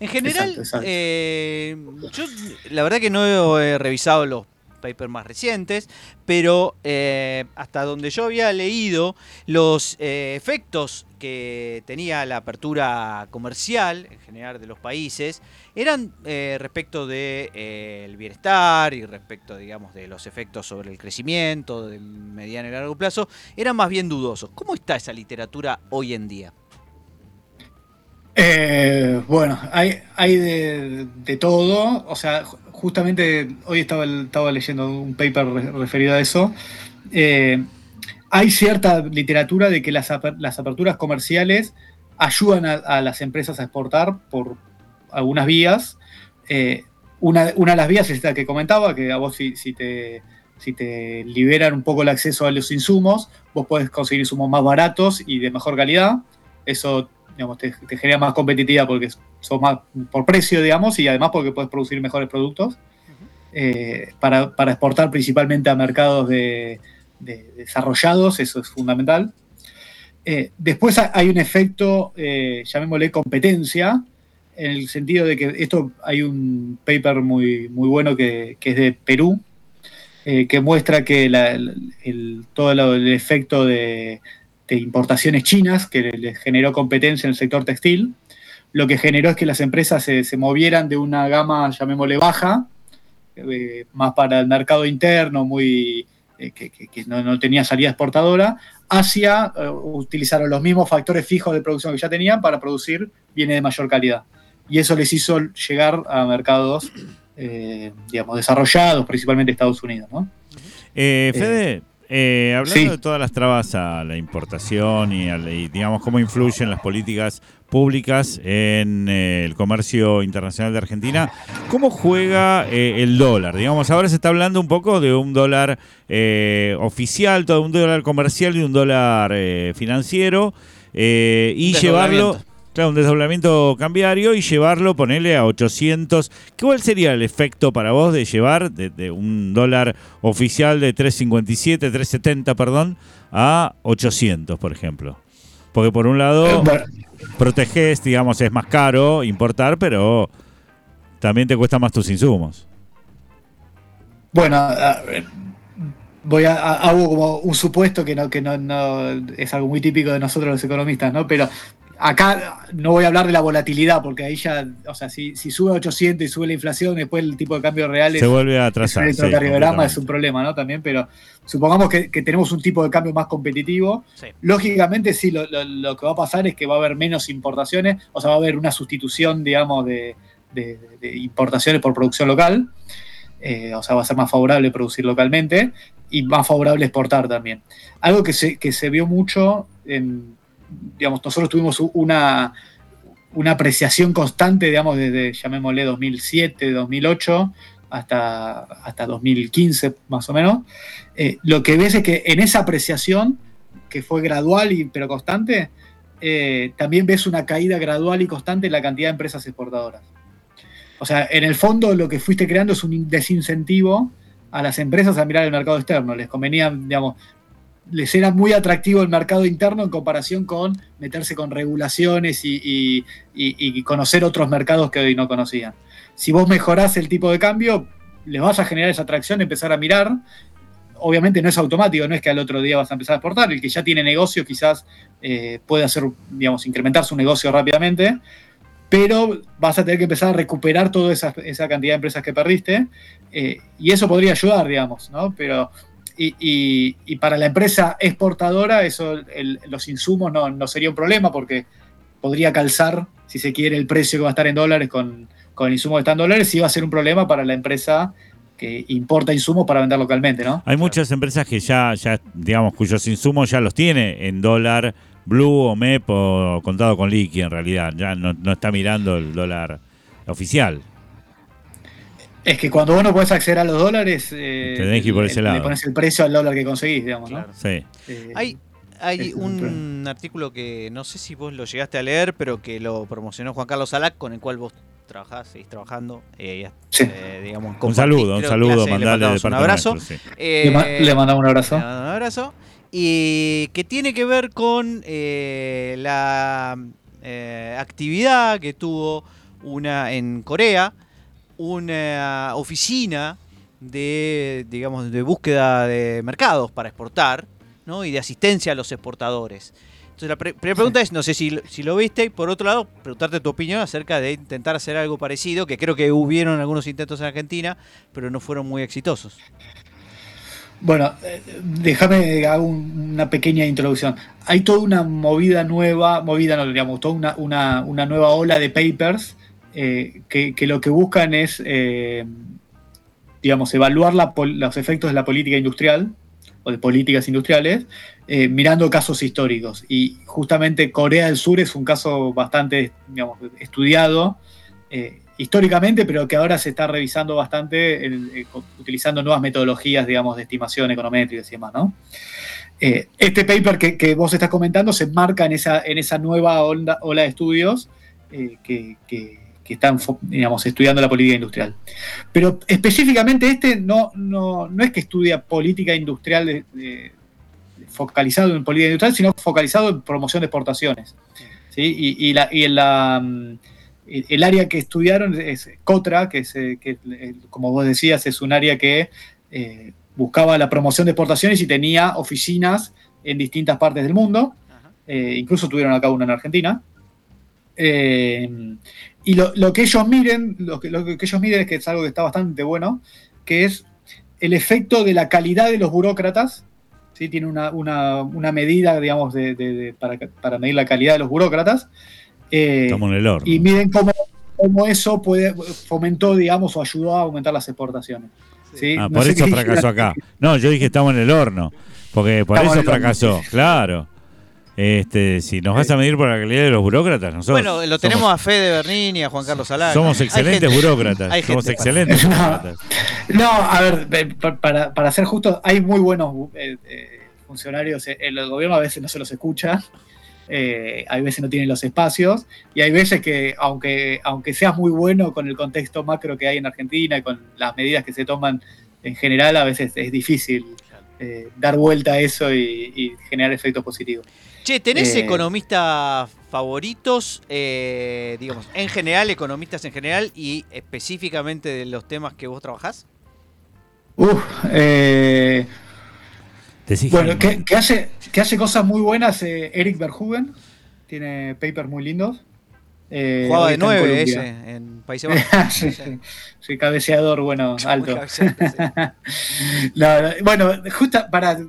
[SPEAKER 1] En general,
[SPEAKER 10] Exacto, exacto.
[SPEAKER 1] eh, yo la verdad que no he revisado los papers más recientes, pero eh, hasta donde yo había leído los eh, efectos que tenía la apertura comercial en general de los países eran eh, respecto de eh, el bienestar y respecto digamos de los efectos sobre el crecimiento del mediano y largo plazo eran más bien dudosos. ¿Cómo está esa literatura hoy en día?
[SPEAKER 10] Eh, bueno, hay, hay de, de todo. O sea, ju- justamente hoy estaba, estaba leyendo un paper re- referido a eso. Eh, hay cierta literatura de que las, aper- las aperturas comerciales ayudan a, a las empresas a exportar por algunas vías. Eh, una, una de las vías es esta que comentaba, que a vos si, si te, si te liberan un poco el acceso a los insumos, vos podés conseguir insumos más baratos y de mejor calidad. Eso digamos, te, te genera más competitividad porque sos más por precio, digamos, y además porque puedes producir mejores productos Eh, para, para exportar principalmente a mercados de, de desarrollados, eso es fundamental. Eh, después ha- hay un efecto, eh, llamémosle competencia, en el sentido de que esto hay un paper muy, muy bueno que, que es de Perú, eh, que muestra que la- el, el- todo lo- el efecto de, de importaciones chinas que les generó competencia en el sector textil. Lo que generó es que las empresas se, se movieran de una gama, llamémosle baja, eh, más para el mercado interno, muy eh, que, que- que no, no tenía salida exportadora, hacia eh, utilizaron los mismos factores fijos de producción que ya tenían para producir bienes de mayor calidad. Y eso les hizo llegar a mercados, eh, digamos, desarrollados, principalmente Estados Unidos, ¿no?
[SPEAKER 3] Eh, Fede, eh, hablando
[SPEAKER 10] sí.
[SPEAKER 3] de todas las trabas a la importación y, al- y, digamos cómo influyen las políticas públicas en eh, el comercio internacional de Argentina, ¿cómo juega eh, el dólar? Digamos, ahora se está hablando un poco de un dólar eh, oficial, todo un dólar comercial y un dólar eh, financiero eh, y
[SPEAKER 1] Un
[SPEAKER 3] llevarlo...
[SPEAKER 1] desdoblamiento.
[SPEAKER 3] Claro, un desdoblamiento cambiario y llevarlo, ponerle a 800. ¿Cuál sería el efecto para vos de llevar de, de un dólar oficial de 357, 370, perdón, a 800, por ejemplo? Porque por un lado
[SPEAKER 10] Bueno,
[SPEAKER 3] proteges, digamos, es más caro importar, pero también te cuesta más tus insumos.
[SPEAKER 10] Bueno, a- voy a, a- hago como un supuesto que no, que no, no- es algo muy típico de nosotros los economistas, ¿no? Pero acá no voy a hablar de la volatilidad, porque ahí ya, o sea, si, si sube a 800 y sube la inflación, después el tipo de cambio real es,
[SPEAKER 3] Se vuelve a
[SPEAKER 10] es un
[SPEAKER 3] atrasar. sí,
[SPEAKER 10] electrocardiograma, es un
[SPEAKER 3] completamente.
[SPEAKER 10] problema, ¿no? También, pero supongamos que, que tenemos un tipo de cambio más competitivo.
[SPEAKER 1] Sí.
[SPEAKER 10] Lógicamente, sí, lo, lo- lo que va a pasar es que va a haber menos importaciones, o sea, va a haber una sustitución, digamos, de, de- de importaciones por producción local. Eh, o sea, va a ser más favorable producir localmente y más favorable exportar también. Algo que se, que se vio mucho, en, digamos, nosotros tuvimos u- una, una apreciación constante, digamos, desde, llamémosle, 2007, 2008 hasta, hasta 2015 más o menos, eh, lo que ves es que en esa apreciación, que fue gradual y, pero constante, eh, también ves una caída gradual y constante en la cantidad de empresas exportadoras. O sea, en el fondo lo que fuiste creando es un desincentivo a las empresas a mirar el mercado externo. Les convenía, digamos, les era muy atractivo el mercado interno en comparación con meterse con regulaciones y, y- y- y conocer otros mercados que hoy no conocían. Si vos mejorás el tipo de cambio, les vas a generar esa atracción, empezar a mirar. Obviamente no es automático, no es que al otro día vas a empezar a exportar. El que ya tiene negocio quizás eh, puede hacer, digamos, incrementar su negocio rápidamente, pero vas a tener que empezar a recuperar toda esa, esa cantidad de empresas que perdiste eh, y eso podría ayudar, digamos, ¿no? Pero y, y- y para la empresa exportadora eso, el- los insumos no, no sería un problema porque podría calzar, si se quiere, el precio que va a estar en dólares con, con el insumo que está en dólares, sí va a ser un problema para la empresa que importa insumos para vender localmente, ¿no?
[SPEAKER 3] Hay muchas empresas que ya, ya, digamos, cuyos insumos ya los tiene en dólar blue o MEP o contado con liqui en realidad. Ya no, no está mirando el dólar oficial.
[SPEAKER 10] Es que cuando vos no podés acceder a los dólares, eh,
[SPEAKER 3] Tenés que ir por
[SPEAKER 10] le-
[SPEAKER 3] ese
[SPEAKER 10] le
[SPEAKER 3] lado.
[SPEAKER 10] pones el precio al dólar que conseguís, digamos, ¿no?
[SPEAKER 3] Sí.
[SPEAKER 10] Eh,
[SPEAKER 7] Hay, hay
[SPEAKER 10] es un
[SPEAKER 7] un artículo que no sé si vos lo llegaste a leer, pero que lo promocionó Juan Carlos Alac, con el cual vos trabajás, seguís trabajando. eh, ya,
[SPEAKER 10] Sí.
[SPEAKER 7] eh, digamos,
[SPEAKER 3] Un
[SPEAKER 7] compartís,
[SPEAKER 3] saludo, un
[SPEAKER 7] creo,
[SPEAKER 3] saludo,
[SPEAKER 7] clase, le
[SPEAKER 3] mandale de
[SPEAKER 7] mandamos
[SPEAKER 3] parte
[SPEAKER 7] un abrazo.
[SPEAKER 3] nuestra, sí.
[SPEAKER 10] le, ma-
[SPEAKER 7] Eh,
[SPEAKER 10] le mandamos un abrazo.
[SPEAKER 7] Le mandamos un abrazo. Y que tiene que ver con eh, la eh, actividad que tuvo una en Corea, una oficina de, digamos, de búsqueda de mercados para exportar, ¿no? Y de asistencia a los exportadores. Entonces la pre- primera pregunta es, no sé si, lo- si lo viste, y por otro lado, preguntarte tu opinión acerca de intentar hacer algo parecido, que creo que hubieron algunos intentos en Argentina, pero no fueron muy exitosos.
[SPEAKER 10] Bueno, eh, déjame hago un- una pequeña introducción. Hay toda una movida nueva, movida no, digamos, toda una, una, una nueva ola de papers eh, que, que lo que buscan es, eh, digamos, evaluar la pol- los efectos de la política industrial o de políticas industriales, eh, mirando casos históricos. Y justamente Corea del Sur es un caso bastante, digamos, estudiado eh, históricamente, pero que ahora se está revisando bastante el- eh, co- utilizando nuevas metodologías, digamos, de estimación econométrica y demás, ¿no? Eh, este paper que, que vos estás comentando se enmarca en esa, en esa nueva onda, ola de estudios eh, que, que- que están, fo- digamos, estudiando la política industrial. Pero específicamente este no, no, no es que estudia política industrial de- de- focalizado en política industrial, sino focalizado en promoción de exportaciones. ¿sí? Y, y la, y en la, mm, el el área que estudiaron es COTRA, que, es, eh, que, eh, como vos decías, es un área que eh, buscaba la promoción de exportaciones y tenía oficinas en distintas partes del mundo. Eh, incluso tuvieron acá una en Argentina. Eh, y lo, lo que ellos miren, lo que, lo que ellos miden es que es algo que está bastante bueno, que es el efecto de la calidad de los burócratas. ¿sí? Tiene una, una- una medida, digamos, de- de- de- para, para medir la calidad de los burócratas. Eh,
[SPEAKER 3] Estamos en el horno.
[SPEAKER 10] y miren cómo, cómo eso puede, fomentó, digamos, o ayudó a aumentar las exportaciones. ¿sí?
[SPEAKER 3] Ah,
[SPEAKER 10] No
[SPEAKER 3] por
[SPEAKER 10] sé
[SPEAKER 3] eso
[SPEAKER 10] qué
[SPEAKER 3] fracasó acá. No, yo dije estamos en el horno. Porque por
[SPEAKER 10] Estamos en
[SPEAKER 3] eso
[SPEAKER 10] el horno,
[SPEAKER 3] fracasó, claro. Este, si nos vas a medir por la calidad de los burócratas, nosotros.
[SPEAKER 7] Bueno, lo tenemos a Fede Bernini, a Juan Carlos Alá.
[SPEAKER 3] Somos, somos excelentes burócratas.
[SPEAKER 7] hay
[SPEAKER 3] somos
[SPEAKER 7] gente.
[SPEAKER 3] excelentes
[SPEAKER 10] No.
[SPEAKER 3] burócratas.
[SPEAKER 10] [laughs] No, a ver, eh, pa- para, para ser justo, hay muy buenos eh, eh, funcionarios. eh, El, gobierno a veces no se los escucha, eh, hay veces no tienen los espacios, y hay veces que, aunque, aunque seas muy bueno con el contexto macro que hay en Argentina y con las medidas que se toman en general, a veces es difícil eh, dar vuelta a eso y, y generar efectos positivos.
[SPEAKER 7] Che, ¿tenés
[SPEAKER 10] Eh.
[SPEAKER 7] economistas favoritos? eh, digamos, en general, economistas en general y específicamente de los temas que vos trabajás.
[SPEAKER 10] Uf, eh,
[SPEAKER 3] Decí
[SPEAKER 10] Bueno,
[SPEAKER 3] Germán.
[SPEAKER 10] que, que hace, que hace cosas muy buenas eh, Eric Verhoeven. Tiene papers muy lindos. Eh,
[SPEAKER 7] Jugaba
[SPEAKER 10] hoy
[SPEAKER 7] de
[SPEAKER 10] está en
[SPEAKER 7] 9
[SPEAKER 10] Colombia.
[SPEAKER 7] ese en Países Bajos.
[SPEAKER 10] [laughs] sí, sí, sí, cabeceador, bueno, alto. [laughs]
[SPEAKER 7] Cabezota,
[SPEAKER 10] La verdad- bueno, justo para.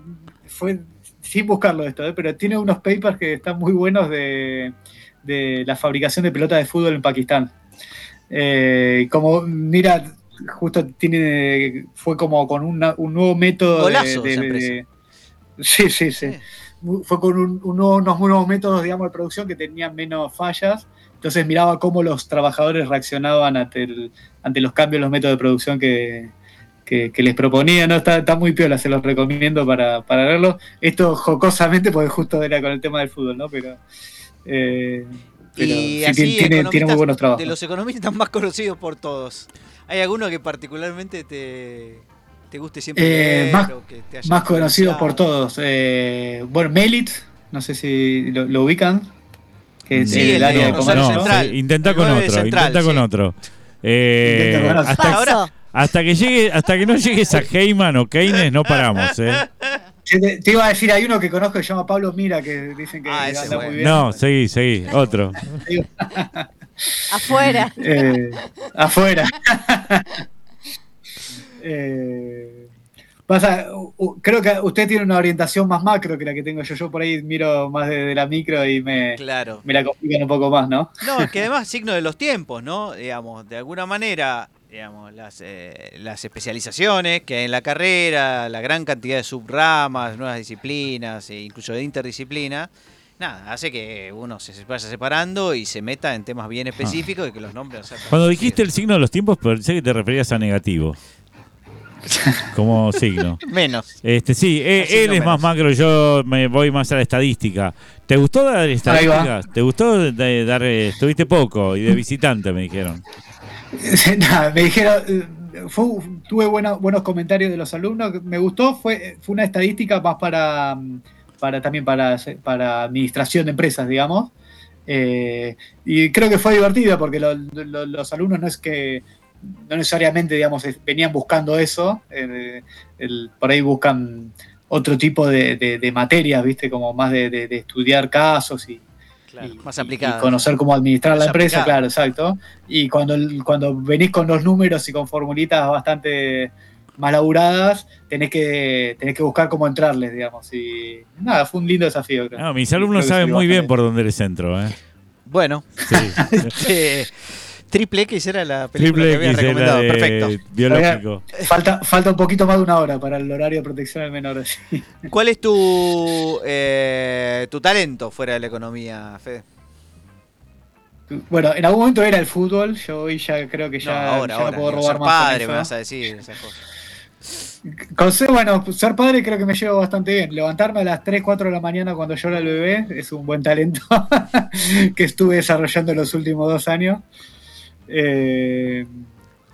[SPEAKER 10] Fue sin buscarlo esto, eh, pero tiene unos papers que están muy buenos de, de la fabricación de pelotas de fútbol en Pakistán. Eh, como, mira, justo tiene. Fue como con una- un nuevo método. de-
[SPEAKER 7] Golazo
[SPEAKER 10] de,
[SPEAKER 7] esa empresa.
[SPEAKER 10] de- sí, sí, sí.
[SPEAKER 7] Sí.
[SPEAKER 10] Fue con un- un nuevo- unos nuevos métodos, digamos, de producción que tenían menos fallas. Entonces miraba cómo los trabajadores reaccionaban ante, el- ante los cambios en los métodos de producción que, que, que les proponía, ¿no? Está, está muy piola, se los recomiendo para, para verlo. Esto jocosamente, porque justo era con el tema del fútbol, ¿no? Pero, eh, pero
[SPEAKER 7] Y
[SPEAKER 10] sí,
[SPEAKER 7] así,
[SPEAKER 10] tiene- tiene, tiene muy
[SPEAKER 7] economistas
[SPEAKER 10] buenos trabajos.
[SPEAKER 7] De los economistas [laughs] más conocidos por todos. ¿Hay alguno que particularmente te, te guste siempre?
[SPEAKER 10] Eh,
[SPEAKER 7] leer
[SPEAKER 10] más-
[SPEAKER 7] o que te haya
[SPEAKER 10] Más conocidos
[SPEAKER 7] influenciado?
[SPEAKER 10] por todos. Eh, bueno, Melit, no sé si lo, lo ubican. Que es
[SPEAKER 7] Sí,
[SPEAKER 10] el,
[SPEAKER 7] el de
[SPEAKER 10] área de
[SPEAKER 7] Rosario
[SPEAKER 10] comercio.
[SPEAKER 7] Central.
[SPEAKER 3] sí, intenta
[SPEAKER 7] El
[SPEAKER 3] con
[SPEAKER 7] nueve de
[SPEAKER 3] otro,
[SPEAKER 7] Central,
[SPEAKER 3] intenta con
[SPEAKER 7] sí. [laughs]
[SPEAKER 3] otro. Eh,
[SPEAKER 10] Intenta con otro.
[SPEAKER 3] hasta,
[SPEAKER 7] ahora-
[SPEAKER 4] Paso.
[SPEAKER 3] hasta que llegue, hasta que no llegues a Heyman o Keynes, no paramos, eh.
[SPEAKER 10] Yo Te, te iba a decir, hay uno que conozco que se llama Pablo Mira, que dicen que
[SPEAKER 7] Ah, ese
[SPEAKER 10] anda
[SPEAKER 7] bueno.
[SPEAKER 10] muy bien.
[SPEAKER 3] No, seguí, seguí, otro.
[SPEAKER 7] [laughs]
[SPEAKER 4] Afuera.
[SPEAKER 10] Eh, afuera. Eh, pasa, u- u- creo que usted tiene una orientación más macro que la que tengo yo. Yo por ahí miro más desde la micro y me,
[SPEAKER 7] Claro.
[SPEAKER 10] me la complican un poco más, ¿no?
[SPEAKER 7] No, es que además signo de los tiempos, ¿no? Digamos, de alguna manera, digamos, las, eh, las especializaciones que hay en la carrera, la gran cantidad de subramas, nuevas disciplinas, e incluso de interdisciplina, nada, hace que uno se vaya separando y se meta en temas bien específicos y que los nombres...
[SPEAKER 3] Cuando dijiste el signo de los tiempos, pensé que te referías a negativo. Como signo.
[SPEAKER 7] Menos.
[SPEAKER 3] Este, sí, eh,
[SPEAKER 7] Así
[SPEAKER 3] él
[SPEAKER 7] no
[SPEAKER 3] es más
[SPEAKER 7] menos.
[SPEAKER 3] macro, yo me voy más a la estadística. ¿Te gustó dar estadísticas? ¿Te gustó de- dar, eh, estuviste poco y de visitante me
[SPEAKER 7] [laughs]
[SPEAKER 3] dijeron?
[SPEAKER 10] [laughs] Nada, me dijeron, eh, fue- tuve buena- buenos comentarios de los alumnos, me gustó, fue, fue una estadística más para, mm, para también para, para administración de empresas, digamos. Eh, y creo que fue divertida porque lo- lo- los alumnos no es que no necesariamente digamos es- venían buscando eso, eh, el- por ahí buscan otro tipo de, de- de materias, viste, como más de, de- de estudiar casos y, y-
[SPEAKER 7] más
[SPEAKER 10] y-
[SPEAKER 7] aplicado.
[SPEAKER 10] Y conocer cómo administrar la
[SPEAKER 7] Más
[SPEAKER 10] empresa,
[SPEAKER 7] aplicado.
[SPEAKER 10] claro, exacto. Y cuando, el- cuando venís con los números y con formulitas bastante mal laburadas, tenés que, tenés que buscar cómo entrarles, digamos. Y nada, fue un lindo desafío, creo.
[SPEAKER 3] No, mis alumnos
[SPEAKER 10] Creo que
[SPEAKER 3] saben
[SPEAKER 10] sí,
[SPEAKER 3] muy bien
[SPEAKER 10] bastante.
[SPEAKER 3] por dónde les entro. ¿eh?
[SPEAKER 7] [laughs] Bueno,
[SPEAKER 3] Sí.
[SPEAKER 7] eh, Triple X era la película
[SPEAKER 3] Triple
[SPEAKER 7] que había
[SPEAKER 3] X, era
[SPEAKER 7] recomendado.
[SPEAKER 3] de
[SPEAKER 7] Perfecto.
[SPEAKER 3] biológico.
[SPEAKER 10] Falta, falta un poquito más de una hora para el horario de protección al menor. [laughs] así.
[SPEAKER 7] ¿Cuál es tu, eh, tu talento fuera de la economía, Fede?
[SPEAKER 10] Bueno, en algún momento era el fútbol, yo hoy ya creo que
[SPEAKER 7] No,
[SPEAKER 10] ya,
[SPEAKER 7] ahora,
[SPEAKER 10] ya no
[SPEAKER 7] ahora.
[SPEAKER 10] puedo
[SPEAKER 7] digo,
[SPEAKER 10] robar
[SPEAKER 7] ser
[SPEAKER 10] más. con
[SPEAKER 7] padre,
[SPEAKER 10] eso.
[SPEAKER 7] me vas a decir esas cosas.
[SPEAKER 10] Con ser- bueno, ser padre creo que me llevo bastante bien. Levantarme a las 3, 4 de la mañana cuando llora el bebé es un buen talento [laughs] que estuve desarrollando en los últimos dos años. Eh,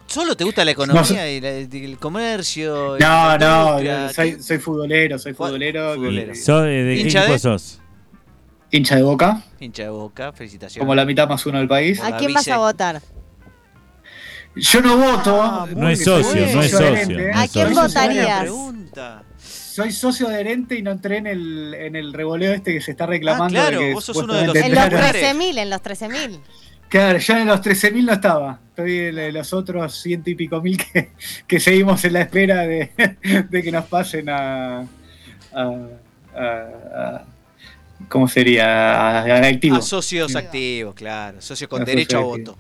[SPEAKER 7] ¿Solo te gusta la economía y la- y el comercio? y la
[SPEAKER 10] no, no,
[SPEAKER 7] industria?
[SPEAKER 10] soy,
[SPEAKER 7] ¿Qué?
[SPEAKER 10] soy futbolero, soy
[SPEAKER 7] ¿Cuál-
[SPEAKER 10] futbolero,
[SPEAKER 7] futbolero?
[SPEAKER 10] eh,
[SPEAKER 3] ¿Sos de, de qué
[SPEAKER 7] ¿Hincha
[SPEAKER 3] equipo
[SPEAKER 7] de?
[SPEAKER 3] sos?
[SPEAKER 10] hincha de boca,
[SPEAKER 7] Hincha de boca, felicitaciones.
[SPEAKER 10] como la mitad más uno del país.
[SPEAKER 7] Por
[SPEAKER 4] ¿A
[SPEAKER 7] la
[SPEAKER 4] quién vas
[SPEAKER 7] vice.
[SPEAKER 4] a votar?
[SPEAKER 10] Yo no voto.
[SPEAKER 3] No es
[SPEAKER 10] soy
[SPEAKER 3] socio, no es
[SPEAKER 10] adherente,
[SPEAKER 3] socio,
[SPEAKER 10] ¿eh?
[SPEAKER 3] no es
[SPEAKER 4] ¿A quién
[SPEAKER 7] Esa es una
[SPEAKER 10] Soy socio
[SPEAKER 7] buena
[SPEAKER 4] votarías?
[SPEAKER 10] adherente.
[SPEAKER 7] pregunta.
[SPEAKER 10] Soy socio adherente y no entré en el, en el revoleo este que se está reclamando.
[SPEAKER 7] Ah, claro,
[SPEAKER 10] de que
[SPEAKER 7] vos sos uno de los-
[SPEAKER 10] supuestamente
[SPEAKER 4] En los
[SPEAKER 7] Claro.
[SPEAKER 10] entraron.
[SPEAKER 4] 13.000, en los 13.000.
[SPEAKER 10] Claro, yo en los 13.000 no estaba. Estoy en el- los otros ciento y pico mil que, que seguimos en la espera de, [laughs] de que nos pasen a. a, a- a- ¿Cómo sería? A, a activo.
[SPEAKER 7] A socios
[SPEAKER 10] Sí.
[SPEAKER 7] activos, claro. Socios con
[SPEAKER 10] A
[SPEAKER 7] derecho a
[SPEAKER 10] socios
[SPEAKER 7] voto.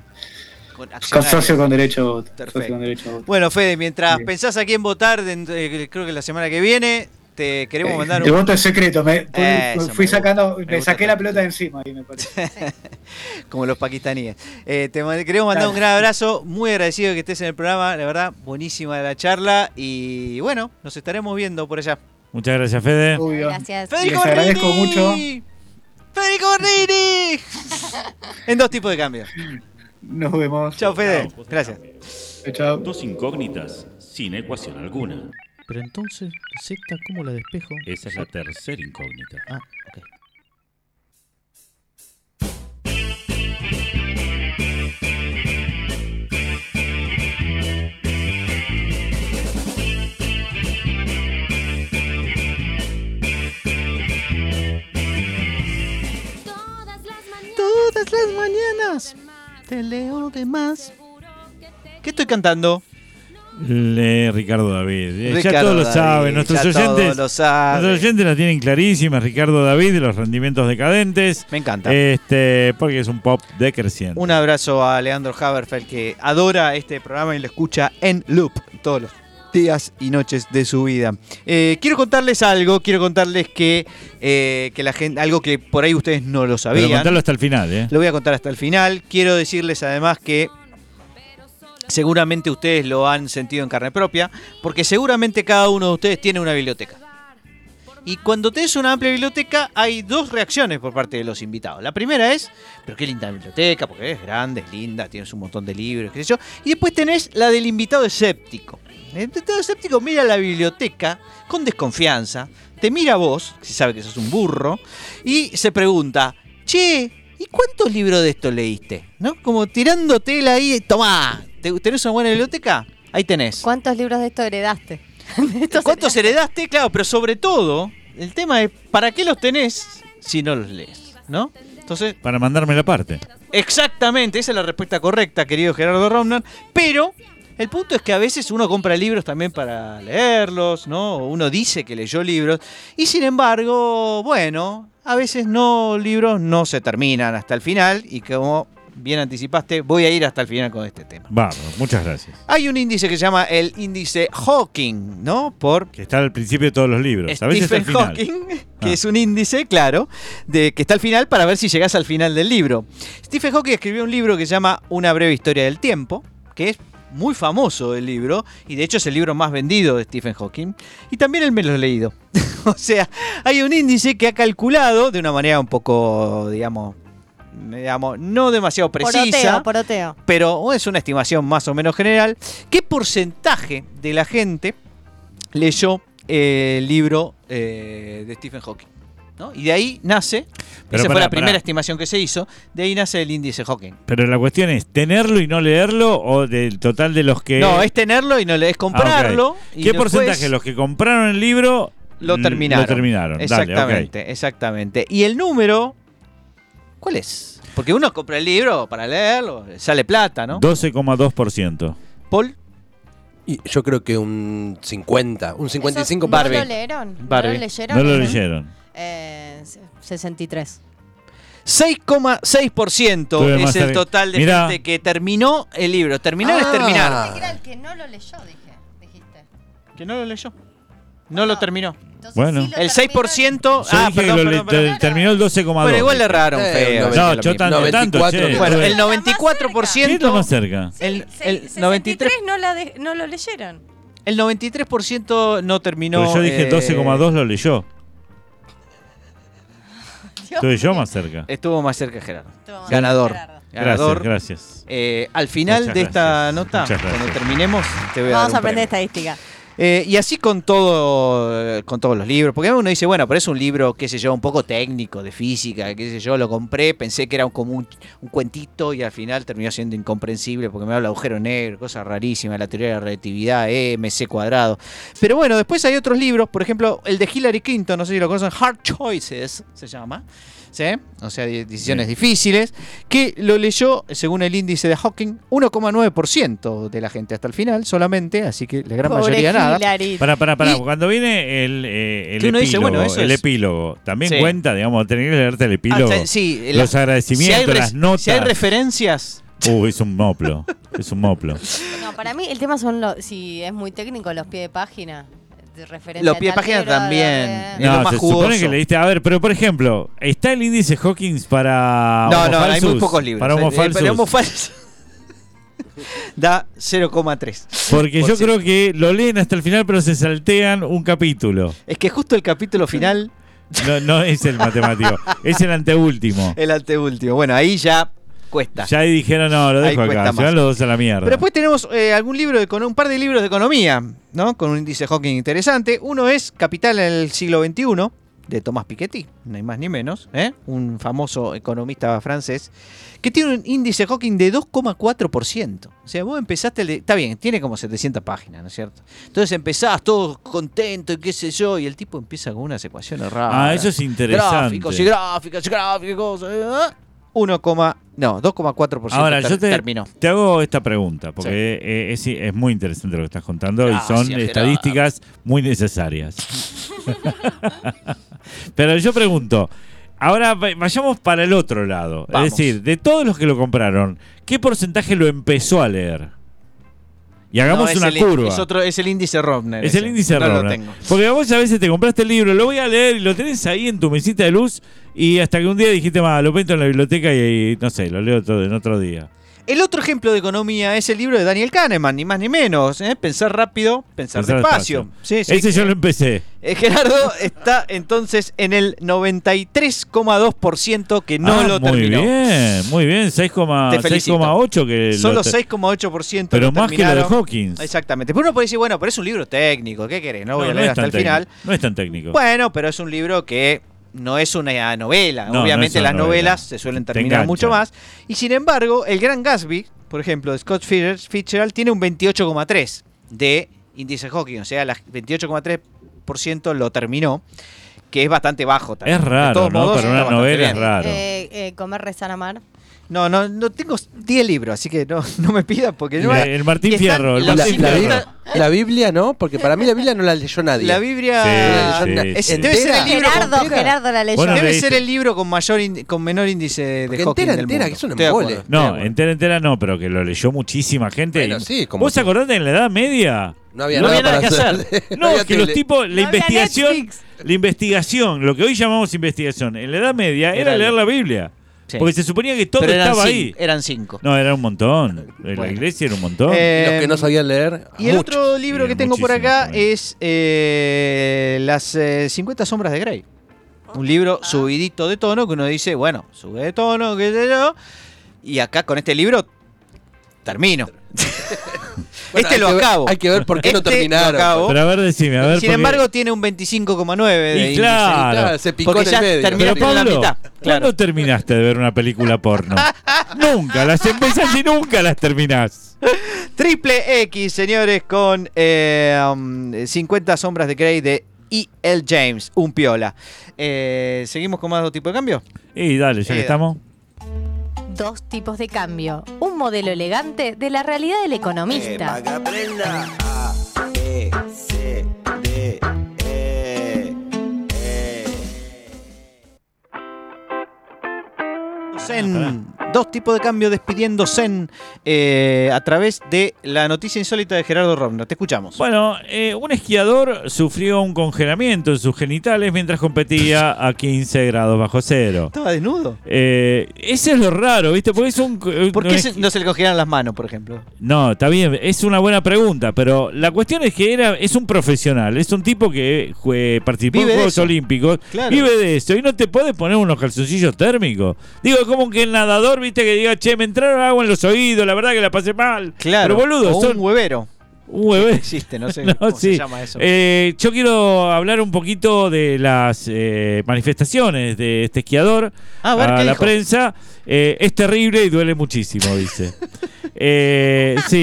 [SPEAKER 7] Con
[SPEAKER 10] con
[SPEAKER 7] accionarios.
[SPEAKER 10] socio con derecho a voto.
[SPEAKER 7] Perfecto.
[SPEAKER 10] Socio con derecho a voto.
[SPEAKER 7] Bueno, Fede, mientras
[SPEAKER 10] Sí.
[SPEAKER 7] pensás a quién votar, dentro- eh, creo que la semana que viene, te queremos mandar
[SPEAKER 10] Eh, El
[SPEAKER 7] un...
[SPEAKER 10] voto es secreto. Me, fui-
[SPEAKER 7] Eso, me
[SPEAKER 10] fui
[SPEAKER 7] gusta.
[SPEAKER 10] sacando,
[SPEAKER 7] Me
[SPEAKER 10] me
[SPEAKER 7] gusta
[SPEAKER 10] saqué la
[SPEAKER 7] tanto.
[SPEAKER 10] pelota de encima ahí,
[SPEAKER 7] [laughs]
[SPEAKER 10] me parece.
[SPEAKER 7] como los pakistaníes. Eh, te mand- queremos mandar
[SPEAKER 10] Claro.
[SPEAKER 7] un gran abrazo, muy agradecido que estés en el programa, la verdad, buenísima la charla y bueno, nos estaremos viendo por allá.
[SPEAKER 3] Muchas gracias, Fede.
[SPEAKER 10] Obvio.
[SPEAKER 4] Gracias.
[SPEAKER 7] Federico
[SPEAKER 10] Les agradezco
[SPEAKER 7] Bernini.
[SPEAKER 10] mucho.
[SPEAKER 7] Federico Bernini. en dos tipos de cambios.
[SPEAKER 10] Nos vemos.
[SPEAKER 7] Chao, Fede.
[SPEAKER 3] pues,
[SPEAKER 7] Gracias.
[SPEAKER 10] Chao.
[SPEAKER 3] Dos incógnitas sin ecuación alguna.
[SPEAKER 1] Pero entonces, Z, ¿cómo la despejo?
[SPEAKER 3] Esa es la tercera incógnita.
[SPEAKER 1] Ah, ok.
[SPEAKER 7] Todas las mañanas te leo de más. ¿Qué estoy cantando?
[SPEAKER 3] Le- Ricardo David. Eh, ya
[SPEAKER 7] Ricardo
[SPEAKER 3] todos lo
[SPEAKER 7] David,
[SPEAKER 3] saben. Nuestros
[SPEAKER 7] ya todos
[SPEAKER 3] oyentes,
[SPEAKER 7] lo saben.
[SPEAKER 3] nuestros oyentes la tienen clarísima. Ricardo David, los rendimientos decadentes.
[SPEAKER 7] Me encanta.
[SPEAKER 3] Este, porque es un pop decreciente.
[SPEAKER 7] Un abrazo a Leandro Haberfeld que adora este programa y lo escucha en loop todos los días y noches de su vida. Eh, quiero contarles algo, quiero contarles que, eh, que la gente, algo que por ahí ustedes no lo
[SPEAKER 3] Pero
[SPEAKER 7] sabían.
[SPEAKER 3] contarlo hasta el final, ¿eh?
[SPEAKER 7] Lo voy a contar hasta el final. Quiero decirles además que seguramente ustedes lo han sentido en carne propia, porque seguramente cada uno de ustedes tiene una biblioteca. Y cuando tenés una amplia biblioteca hay dos reacciones por parte de los invitados. La primera es, pero qué linda biblioteca, porque es grande, es linda, tienes un montón de libros, qué sé yo. Y después tenés la del invitado escéptico. El invitado escéptico mira la biblioteca con desconfianza, te mira a vos, que se sabe que sos un burro, y se pregunta, che, ¿y cuántos libros de esto leíste? ¿No? Como tirándotela ahí, tomá, ¿te- ¿tenés una buena biblioteca? Ahí tenés.
[SPEAKER 4] ¿Cuántos libros de esto heredaste? [laughs]
[SPEAKER 7] ¿Cuántos heredaste? Claro, pero sobre todo, el tema es, ¿para qué los tenés si no los lees? ¿No? Entonces,
[SPEAKER 3] Para mandarme la parte.
[SPEAKER 7] exactamente, esa es la respuesta correcta, querido Gerardo Romner, pero El punto es que a veces uno compra libros también para leerlos, ¿no? O Uno dice que leyó libros. Y sin embargo, bueno, a veces no libros no se terminan hasta el final. Y como bien anticipaste, voy a ir hasta el final con este tema.
[SPEAKER 3] Vamos, muchas gracias.
[SPEAKER 7] Hay un índice que se llama el índice Hawking, ¿no? Por
[SPEAKER 3] Que está al principio de todos los libros. a veces al
[SPEAKER 7] Stephen
[SPEAKER 3] final.
[SPEAKER 7] Hawking, que
[SPEAKER 3] Ah.
[SPEAKER 7] es un índice, claro, de que está al final para ver si llegás al final del libro. Stephen Hawking escribió un libro que se llama Una breve historia del tiempo, que es muy famoso el libro, y de hecho es el libro más vendido de Stephen Hawking, y también el menos leído. [laughs] o sea, hay un índice que ha calculado de una manera un poco, digamos, digamos no demasiado
[SPEAKER 4] Poroteo,
[SPEAKER 7] precisa
[SPEAKER 4] poroteo.
[SPEAKER 7] pero es una estimación más o menos general, ¿qué porcentaje de la gente leyó eh, el libro eh, de Stephen Hawking? ¿no? Y de ahí nace,
[SPEAKER 3] Pero
[SPEAKER 7] esa fue
[SPEAKER 3] pará,
[SPEAKER 7] la primera
[SPEAKER 3] pará.
[SPEAKER 7] estimación que se hizo, de ahí nace el índice Hawking.
[SPEAKER 3] Pero la cuestión es, ¿tenerlo y no leerlo o del total de los que...
[SPEAKER 7] No, es tenerlo y no le
[SPEAKER 3] Eh,
[SPEAKER 7] es
[SPEAKER 3] Ah, ok.
[SPEAKER 7] comprarlo. y
[SPEAKER 3] ¿Qué
[SPEAKER 7] después
[SPEAKER 3] porcentaje de los que compraron el libro
[SPEAKER 7] lo
[SPEAKER 3] l-
[SPEAKER 7] terminaron?
[SPEAKER 3] Lo terminaron. Dale, ok.
[SPEAKER 7] Exactamente, exactamente. Y el número, ¿cuál es? Porque uno compra el libro para leerlo, sale plata, ¿no?
[SPEAKER 3] 12,2%.
[SPEAKER 7] Paul
[SPEAKER 6] Y yo creo que un 50, un 55
[SPEAKER 4] ¿Esos
[SPEAKER 6] Barbie.
[SPEAKER 4] ¿No lo leyeron? ¿No
[SPEAKER 7] Barbie.
[SPEAKER 4] lo leyeron?
[SPEAKER 3] No lo leyeron.
[SPEAKER 4] Eh, se- 63.
[SPEAKER 7] 6,6%
[SPEAKER 3] Estuve
[SPEAKER 7] es
[SPEAKER 3] más
[SPEAKER 7] el
[SPEAKER 3] cerca.
[SPEAKER 7] total de
[SPEAKER 3] Mirá.
[SPEAKER 7] gente que terminó el libro. Terminar es
[SPEAKER 6] Ah.
[SPEAKER 7] terminar.
[SPEAKER 4] Era el que no lo leyó, dije, dijiste.
[SPEAKER 7] Que no lo leyó. No lo terminó.
[SPEAKER 4] Entonces,
[SPEAKER 3] Bueno.
[SPEAKER 4] sí lo
[SPEAKER 7] El
[SPEAKER 4] terminó-
[SPEAKER 7] 6%.
[SPEAKER 3] Yo
[SPEAKER 7] ah,
[SPEAKER 3] dije
[SPEAKER 7] perdón,
[SPEAKER 3] que lo
[SPEAKER 7] perdón,
[SPEAKER 3] le-
[SPEAKER 7] perdón.
[SPEAKER 3] te- terminó el 12,2.
[SPEAKER 7] Bueno, igual le erraron
[SPEAKER 6] Eh, noventa-
[SPEAKER 7] feo.
[SPEAKER 3] No,
[SPEAKER 6] lo
[SPEAKER 3] yo
[SPEAKER 6] mismo.
[SPEAKER 3] tanto, tanto,
[SPEAKER 6] 94,
[SPEAKER 3] che.
[SPEAKER 7] Bueno,
[SPEAKER 3] Estuve-
[SPEAKER 7] el 94%.
[SPEAKER 3] ¿Qué es lo más cerca?
[SPEAKER 7] El,
[SPEAKER 8] Se-
[SPEAKER 7] el
[SPEAKER 8] 63
[SPEAKER 7] 93,
[SPEAKER 8] no, la de- no lo leyeron.
[SPEAKER 7] el 93% no terminó.
[SPEAKER 3] Pero yo dije
[SPEAKER 7] eh,
[SPEAKER 3] 12,2 lo leyó. Estuve [laughs] yo
[SPEAKER 7] eh,
[SPEAKER 3] más cerca.
[SPEAKER 7] Estuvo más cerca Gerardo.
[SPEAKER 4] Toma,
[SPEAKER 7] Ganador.
[SPEAKER 4] Gerardo.
[SPEAKER 3] Gracias,
[SPEAKER 7] Ganador.
[SPEAKER 3] gracias.
[SPEAKER 7] Eh, al final
[SPEAKER 3] Muchas
[SPEAKER 7] de esta
[SPEAKER 3] gracias.
[SPEAKER 7] nota,
[SPEAKER 3] Muchas gracias.
[SPEAKER 7] cuando terminemos, te voy a
[SPEAKER 4] Vamos
[SPEAKER 7] dar
[SPEAKER 4] a
[SPEAKER 7] un
[SPEAKER 4] aprender
[SPEAKER 7] premio.
[SPEAKER 4] estadística.
[SPEAKER 7] Eh, y así con todo, eh, con todos los libros, porque uno dice, bueno, pero es un libro, qué sé yo, un poco técnico, de física, qué sé yo, lo compré, pensé que era un- como un, un cuentito y al final terminó siendo incomprensible porque me habla de agujero negro, cosas rarísimas, la teoría de la relatividad, MC cuadrado. Pero bueno, después hay otros libros, por ejemplo, el de Hillary Clinton, no sé si lo conocen, Hard Choices se llama, ¿sí? O sea, de- decisiones difíciles, que lo leyó, según el índice de Hawking, 1,9% de la gente hasta el final solamente, así que la gran
[SPEAKER 4] Pobre
[SPEAKER 7] mayoría nada.
[SPEAKER 4] Hillary.
[SPEAKER 3] Para, para, para.
[SPEAKER 7] Y-
[SPEAKER 3] Cuando viene el, eh, el
[SPEAKER 7] Que uno
[SPEAKER 3] epílogo,
[SPEAKER 7] dice, bueno, eso
[SPEAKER 3] el
[SPEAKER 7] es-
[SPEAKER 3] epílogo, también
[SPEAKER 7] Sí.
[SPEAKER 3] cuenta, digamos, tener que leerte el
[SPEAKER 7] Ah,
[SPEAKER 3] epílogo.
[SPEAKER 7] o sea, sí, la-
[SPEAKER 3] los agradecimientos,
[SPEAKER 7] res-
[SPEAKER 3] las notas.
[SPEAKER 7] si hay referencias.
[SPEAKER 3] Uh, es un moplo. es un moplo.
[SPEAKER 4] No, para mí el tema son los. Si es muy técnico, los pies de página. De referencia
[SPEAKER 7] Los
[SPEAKER 4] a
[SPEAKER 7] pies de
[SPEAKER 4] tal
[SPEAKER 7] página
[SPEAKER 4] libro,
[SPEAKER 7] también.
[SPEAKER 4] de-
[SPEAKER 7] Es lo
[SPEAKER 3] No,
[SPEAKER 7] más
[SPEAKER 3] se supone
[SPEAKER 7] jugoso.
[SPEAKER 3] que le diste. A ver, pero por ejemplo, ¿está el índice Hawkins para.
[SPEAKER 7] No, no, hay
[SPEAKER 3] homofalsus?
[SPEAKER 7] muy pocos libros.
[SPEAKER 3] Ah, Para
[SPEAKER 7] Eh,
[SPEAKER 3] homofalsus.
[SPEAKER 7] pero homofalsus [laughs] da 0,3.
[SPEAKER 3] Porque
[SPEAKER 7] Por
[SPEAKER 3] yo
[SPEAKER 7] sí.
[SPEAKER 3] creo que lo leen hasta el final, pero se saltean un capítulo.
[SPEAKER 7] Es que justo el capítulo final,
[SPEAKER 3] No, no es el
[SPEAKER 7] [laughs]
[SPEAKER 3] matemático, es el anteúltimo.
[SPEAKER 7] el anteúltimo. Bueno, ahí ya cuesta.
[SPEAKER 3] Ya ahí dijeron, no, lo
[SPEAKER 7] Ahí
[SPEAKER 3] dejo
[SPEAKER 7] cuesta
[SPEAKER 3] acá. Se
[SPEAKER 7] más.
[SPEAKER 3] van los dos a la mierda.
[SPEAKER 7] Pero después tenemos eh, algún libro de econo- un par de libros de economía, ¿no? Con un índice Hawking interesante. Uno es Capital en el siglo XXI, de Tomás Piketty, no hay más ni menos, ¿eh? un famoso economista francés, que tiene un índice Hawking de 2,4%. O sea, vos empezaste, el de- está bien, tiene como 700 páginas, ¿no es cierto? Entonces empezás todo contento y qué sé yo, y el tipo empieza con unas ecuaciones raras.
[SPEAKER 3] ah, eso es interesante.
[SPEAKER 7] Gráficos y gráficas y gráficos. ¿eh? 1, no, 2,4%
[SPEAKER 3] Ahora,
[SPEAKER 7] ter-
[SPEAKER 3] yo te,
[SPEAKER 7] terminó.
[SPEAKER 3] te hago esta pregunta, porque eh, es, es muy interesante lo que estás contando y son estadísticas muy necesarias. [laughs] Pero yo pregunto, ahora va- vayamos para el otro lado.
[SPEAKER 7] Vamos.
[SPEAKER 3] Es decir, de todos los que lo compraron, ¿qué porcentaje lo empezó a leer? Y hagamos
[SPEAKER 7] No, es
[SPEAKER 3] una
[SPEAKER 7] el-
[SPEAKER 3] curva.
[SPEAKER 7] Es, otro, es el índice Robner.
[SPEAKER 3] Es
[SPEAKER 7] ese.
[SPEAKER 3] el índice
[SPEAKER 7] no
[SPEAKER 3] Rorschach.
[SPEAKER 7] Lo tengo.
[SPEAKER 3] Porque vos a veces te compraste el libro, lo voy a leer y lo tenés ahí en tu mesita de luz y hasta que un día dijiste, más, lo pinto en la biblioteca y, y, no sé, lo leo todo en otro día.
[SPEAKER 7] El otro ejemplo de economía es el libro de Daniel Kahneman, ni más ni menos. ¿eh? Pensar rápido, pensar,
[SPEAKER 3] Pensar
[SPEAKER 7] despacio. Sí, sí.
[SPEAKER 3] Ese yo lo empecé.
[SPEAKER 7] Eh, Gerardo está entonces en el 93,2% que no
[SPEAKER 3] Ah,
[SPEAKER 7] lo
[SPEAKER 3] muy
[SPEAKER 7] terminó.
[SPEAKER 3] bien, muy bien, 6,8
[SPEAKER 7] Te felicito.
[SPEAKER 3] 6,8 que
[SPEAKER 7] Solo
[SPEAKER 3] lo te-
[SPEAKER 7] 6,8%
[SPEAKER 3] Pero
[SPEAKER 7] lo
[SPEAKER 3] más que lo de
[SPEAKER 7] terminaron.
[SPEAKER 3] Hawkins.
[SPEAKER 7] Exactamente. Pero uno puede decir, bueno, pero es un libro técnico, ¿qué querés? No voy a
[SPEAKER 3] No, no
[SPEAKER 7] leer
[SPEAKER 3] es
[SPEAKER 7] hasta
[SPEAKER 3] tan
[SPEAKER 7] el final.
[SPEAKER 3] técnico, No es tan técnico.
[SPEAKER 7] Bueno, pero es un libro que no es una novela.
[SPEAKER 3] No, no
[SPEAKER 7] Obviamente
[SPEAKER 3] es una
[SPEAKER 7] las
[SPEAKER 3] novela.
[SPEAKER 7] novelas se suelen
[SPEAKER 3] Te
[SPEAKER 7] terminar
[SPEAKER 3] engancha.
[SPEAKER 7] mucho más. Y sin embargo, el Gran Gatsby, por ejemplo, de Scott Fitzer- Fitzgerald, tiene un 28,3 de índice Hawking. O sea, el 28,3% lo terminó. que es bastante bajo también.
[SPEAKER 3] Es
[SPEAKER 7] De
[SPEAKER 3] raro,
[SPEAKER 7] todos
[SPEAKER 3] ¿no?
[SPEAKER 7] modos,
[SPEAKER 3] Para
[SPEAKER 7] está
[SPEAKER 3] una
[SPEAKER 7] bastante
[SPEAKER 3] novela es
[SPEAKER 7] bien.
[SPEAKER 3] raro.
[SPEAKER 4] Eh, eh, comer, rezar, amar.
[SPEAKER 7] No, no, no tengo 10 libros, así que no, [laughs] no me pida porque no.
[SPEAKER 3] Mira, el Martín
[SPEAKER 7] y están
[SPEAKER 3] Fierro, el
[SPEAKER 7] los
[SPEAKER 6] La,
[SPEAKER 3] Martín
[SPEAKER 6] la
[SPEAKER 3] Fierro.
[SPEAKER 6] Biblia, la Biblia no, porque para mí la Biblia no la leyó nadie.
[SPEAKER 7] La Biblia
[SPEAKER 3] Sí,
[SPEAKER 7] es-
[SPEAKER 3] sí,
[SPEAKER 7] es-
[SPEAKER 3] sí.
[SPEAKER 7] debe ser el libro con-
[SPEAKER 4] Gerardo, Gerardo la leyó.
[SPEAKER 3] Bueno,
[SPEAKER 7] debe
[SPEAKER 3] leíste.
[SPEAKER 7] ser el libro con mayor índ- con menor índice de
[SPEAKER 6] Porque
[SPEAKER 7] Hawking
[SPEAKER 6] entera,
[SPEAKER 7] del
[SPEAKER 6] entera,
[SPEAKER 7] mundo.
[SPEAKER 6] que es un
[SPEAKER 7] Estoy de acuerdo,
[SPEAKER 6] embole.
[SPEAKER 7] estoy de
[SPEAKER 3] No,
[SPEAKER 7] acuerdo.
[SPEAKER 3] entera, entera no, pero que lo leyó muchísima gente.
[SPEAKER 6] Bueno,
[SPEAKER 3] Y-
[SPEAKER 6] sí, como
[SPEAKER 3] ¿Vos
[SPEAKER 6] todo.
[SPEAKER 3] acordate en la Edad
[SPEAKER 6] [laughs]
[SPEAKER 3] Media?
[SPEAKER 6] No había
[SPEAKER 7] No
[SPEAKER 6] nada,
[SPEAKER 7] había nada
[SPEAKER 6] para
[SPEAKER 7] que hacer.
[SPEAKER 3] No,
[SPEAKER 6] había
[SPEAKER 3] que los
[SPEAKER 6] tele.
[SPEAKER 3] tipos, la
[SPEAKER 4] No había
[SPEAKER 3] investigación,
[SPEAKER 4] Netflix.
[SPEAKER 3] la investigación, lo que hoy llamamos investigación, en la Edad Media era,
[SPEAKER 7] Era
[SPEAKER 3] leer
[SPEAKER 7] el-
[SPEAKER 3] la Biblia.
[SPEAKER 7] Sí.
[SPEAKER 3] Porque se suponía que todo
[SPEAKER 7] Pero eran
[SPEAKER 3] estaba
[SPEAKER 7] cin-
[SPEAKER 3] ahí.
[SPEAKER 7] Eran cinco.
[SPEAKER 3] No, era un montón. La iglesia era un montón.
[SPEAKER 7] Eh,
[SPEAKER 6] Y los que no sabían leer.
[SPEAKER 7] Y el
[SPEAKER 6] mucho.
[SPEAKER 7] otro libro
[SPEAKER 3] Sí,
[SPEAKER 7] que tengo por
[SPEAKER 3] muchísimo
[SPEAKER 7] acá
[SPEAKER 3] también.
[SPEAKER 7] es eh, Las eh, 50 sombras de Grey. Un libro subidito de tono que uno dice, bueno, sube de tono, qué sé yo. Y acá con este libro [laughs] termino.
[SPEAKER 6] Bueno,
[SPEAKER 7] este
[SPEAKER 6] hay
[SPEAKER 7] lo
[SPEAKER 6] que ver-
[SPEAKER 7] acabo.
[SPEAKER 6] hay que ver por qué no
[SPEAKER 7] Este
[SPEAKER 6] terminaron.
[SPEAKER 7] lo acabo.
[SPEAKER 3] pero a ver, decime, a ver.
[SPEAKER 7] Sin
[SPEAKER 3] porque-
[SPEAKER 7] embargo, tiene un 25,9 de
[SPEAKER 3] Y
[SPEAKER 7] índice.
[SPEAKER 3] claro.
[SPEAKER 6] Claro, se picó
[SPEAKER 7] Porque
[SPEAKER 6] en
[SPEAKER 7] ya
[SPEAKER 6] el medio.
[SPEAKER 7] terminó
[SPEAKER 3] Pero
[SPEAKER 7] por la
[SPEAKER 3] Pablo,
[SPEAKER 7] mitad,
[SPEAKER 3] ¿cuándo terminaste de ver una película
[SPEAKER 7] [laughs]
[SPEAKER 3] porno? nunca, las empezás y nunca las terminás.
[SPEAKER 7] Triple X, señores, con eh, um, 50 sombras de Grey de E.L. James, un piola. Eh, ¿Seguimos con más dos tipos de cambio?
[SPEAKER 3] Y dale, ya
[SPEAKER 7] Eh,
[SPEAKER 3] que estamos.
[SPEAKER 4] Dos tipos de cambio. Un modelo elegante de la realidad del economista.
[SPEAKER 2] Para que aprenda A, B, C, D, E, E.
[SPEAKER 7] En
[SPEAKER 3] Ah,
[SPEAKER 7] dos tipos de cambio despidiéndose en, eh, a través de la noticia insólita de Gerardo Romner. Te escuchamos.
[SPEAKER 3] Bueno, eh, un esquiador sufrió un congelamiento en sus genitales mientras competía a 15 grados bajo cero.
[SPEAKER 7] ¿Estaba desnudo?
[SPEAKER 3] Eh, ese es lo raro, ¿viste? Porque es un.
[SPEAKER 7] ¿Por
[SPEAKER 3] no
[SPEAKER 7] qué
[SPEAKER 3] es-
[SPEAKER 7] se- no se le cogieron las manos, por ejemplo?
[SPEAKER 3] No, está bien, es una buena pregunta, pero la cuestión es que era es un profesional, es un tipo que jue- participó
[SPEAKER 7] Vive de
[SPEAKER 3] en Juegos
[SPEAKER 7] eso.
[SPEAKER 3] Olímpicos,
[SPEAKER 7] Claro.
[SPEAKER 3] vive de eso, y no te puede poner unos calzoncillos térmicos. Digo, es como que el nadador, viste, que diga, che, me entraron agua en los oídos, la verdad que la pasé mal.
[SPEAKER 7] Claro.
[SPEAKER 3] Pero boludo,
[SPEAKER 7] o
[SPEAKER 3] son
[SPEAKER 7] un huevero.
[SPEAKER 3] un huevete.
[SPEAKER 7] [laughs] Existe, no sé
[SPEAKER 3] [laughs] No,
[SPEAKER 7] cómo
[SPEAKER 3] sí.
[SPEAKER 7] se llama eso.
[SPEAKER 3] Eh, yo quiero hablar un poquito de las eh, manifestaciones de este esquiador
[SPEAKER 7] Ah, A ver, ¿qué
[SPEAKER 3] Ah, la
[SPEAKER 7] dijo?
[SPEAKER 3] prensa. Eh, es terrible y duele muchísimo,
[SPEAKER 7] [laughs]
[SPEAKER 3] dice. Eh, sí.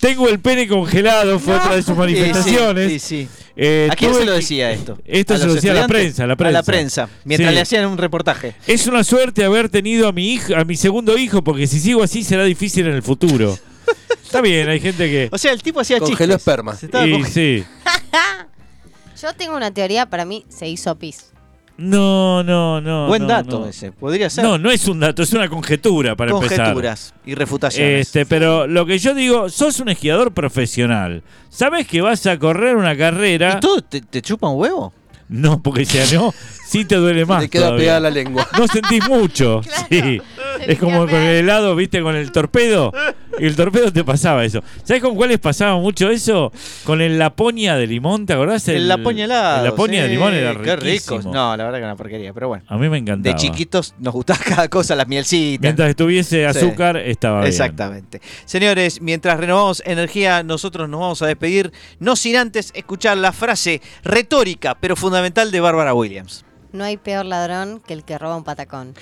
[SPEAKER 3] Tengo el pene congelado, fue otra de sus
[SPEAKER 7] Sí, sí,
[SPEAKER 3] manifestaciones.
[SPEAKER 7] Sí, sí.
[SPEAKER 3] Eh,
[SPEAKER 7] ¿A quién
[SPEAKER 3] tuve
[SPEAKER 7] se lo
[SPEAKER 3] que-
[SPEAKER 7] decía esto?
[SPEAKER 3] Esto
[SPEAKER 7] ¿A
[SPEAKER 3] se lo
[SPEAKER 7] los
[SPEAKER 3] decía a la
[SPEAKER 7] estudiantes?
[SPEAKER 3] prensa, a la
[SPEAKER 7] A
[SPEAKER 3] prensa.
[SPEAKER 7] la prensa, mientras
[SPEAKER 3] Sí.
[SPEAKER 7] le hacían un reportaje.
[SPEAKER 3] Es una suerte haber tenido a mi hijo, a mi segundo hijo, porque si sigo así será difícil en el
[SPEAKER 7] [laughs]
[SPEAKER 3] futuro. Está bien, hay gente que.
[SPEAKER 7] O sea, el tipo hacía
[SPEAKER 6] Congeló
[SPEAKER 7] chistes.
[SPEAKER 6] esperma.
[SPEAKER 7] Se estaba
[SPEAKER 3] Y sí.
[SPEAKER 7] congelando.
[SPEAKER 4] Yo tengo una teoría, para mí se hizo pis.
[SPEAKER 3] No, no, no.
[SPEAKER 7] Buen
[SPEAKER 3] no,
[SPEAKER 7] dato
[SPEAKER 3] no.
[SPEAKER 7] ese. Podría ser
[SPEAKER 3] No, no es un dato, es una conjetura para empezar.
[SPEAKER 7] conjeturas y refutaciones.
[SPEAKER 3] Este, pero lo que yo digo, sos un esquiador profesional. ¿Sabes que vas a correr una carrera?
[SPEAKER 7] ¿Y todo te, te chupa un huevo?
[SPEAKER 3] No, porque ya no, sí te duele más.
[SPEAKER 6] Te queda
[SPEAKER 3] todavía.
[SPEAKER 6] pegada la lengua.
[SPEAKER 3] No sentís mucho.
[SPEAKER 4] Claro.
[SPEAKER 3] sí. Es como con el helado, viste, con el torpedo. Y el torpedo te pasaba eso. ¿Sabes con cuáles pasaba mucho eso? Con el Laponia de limón, ¿te acordás?
[SPEAKER 7] El, la puñalada.
[SPEAKER 3] El Laponia de limón era
[SPEAKER 7] Qué
[SPEAKER 3] riquísimo.
[SPEAKER 7] rico. No, la verdad que era una porquería, pero bueno.
[SPEAKER 3] A mí me encantaba.
[SPEAKER 7] De chiquitos nos gustaba [laughs] cada cosa, las mielcitas.
[SPEAKER 3] Mientras estuviese azúcar, estaba bien.
[SPEAKER 7] Exactamente. Señores, mientras renovamos energía, nosotros nos vamos a despedir, no sin antes escuchar la frase retórica, pero fundamental de Bárbara Williams.
[SPEAKER 4] No hay peor ladrón que el que roba un patacón.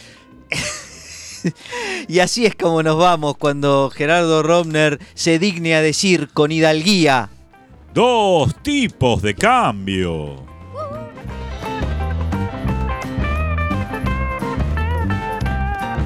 [SPEAKER 7] Y así es como nos vamos cuando Gerardo Romner se digne a decir con hidalguía.
[SPEAKER 3] Dos tipos de cambio.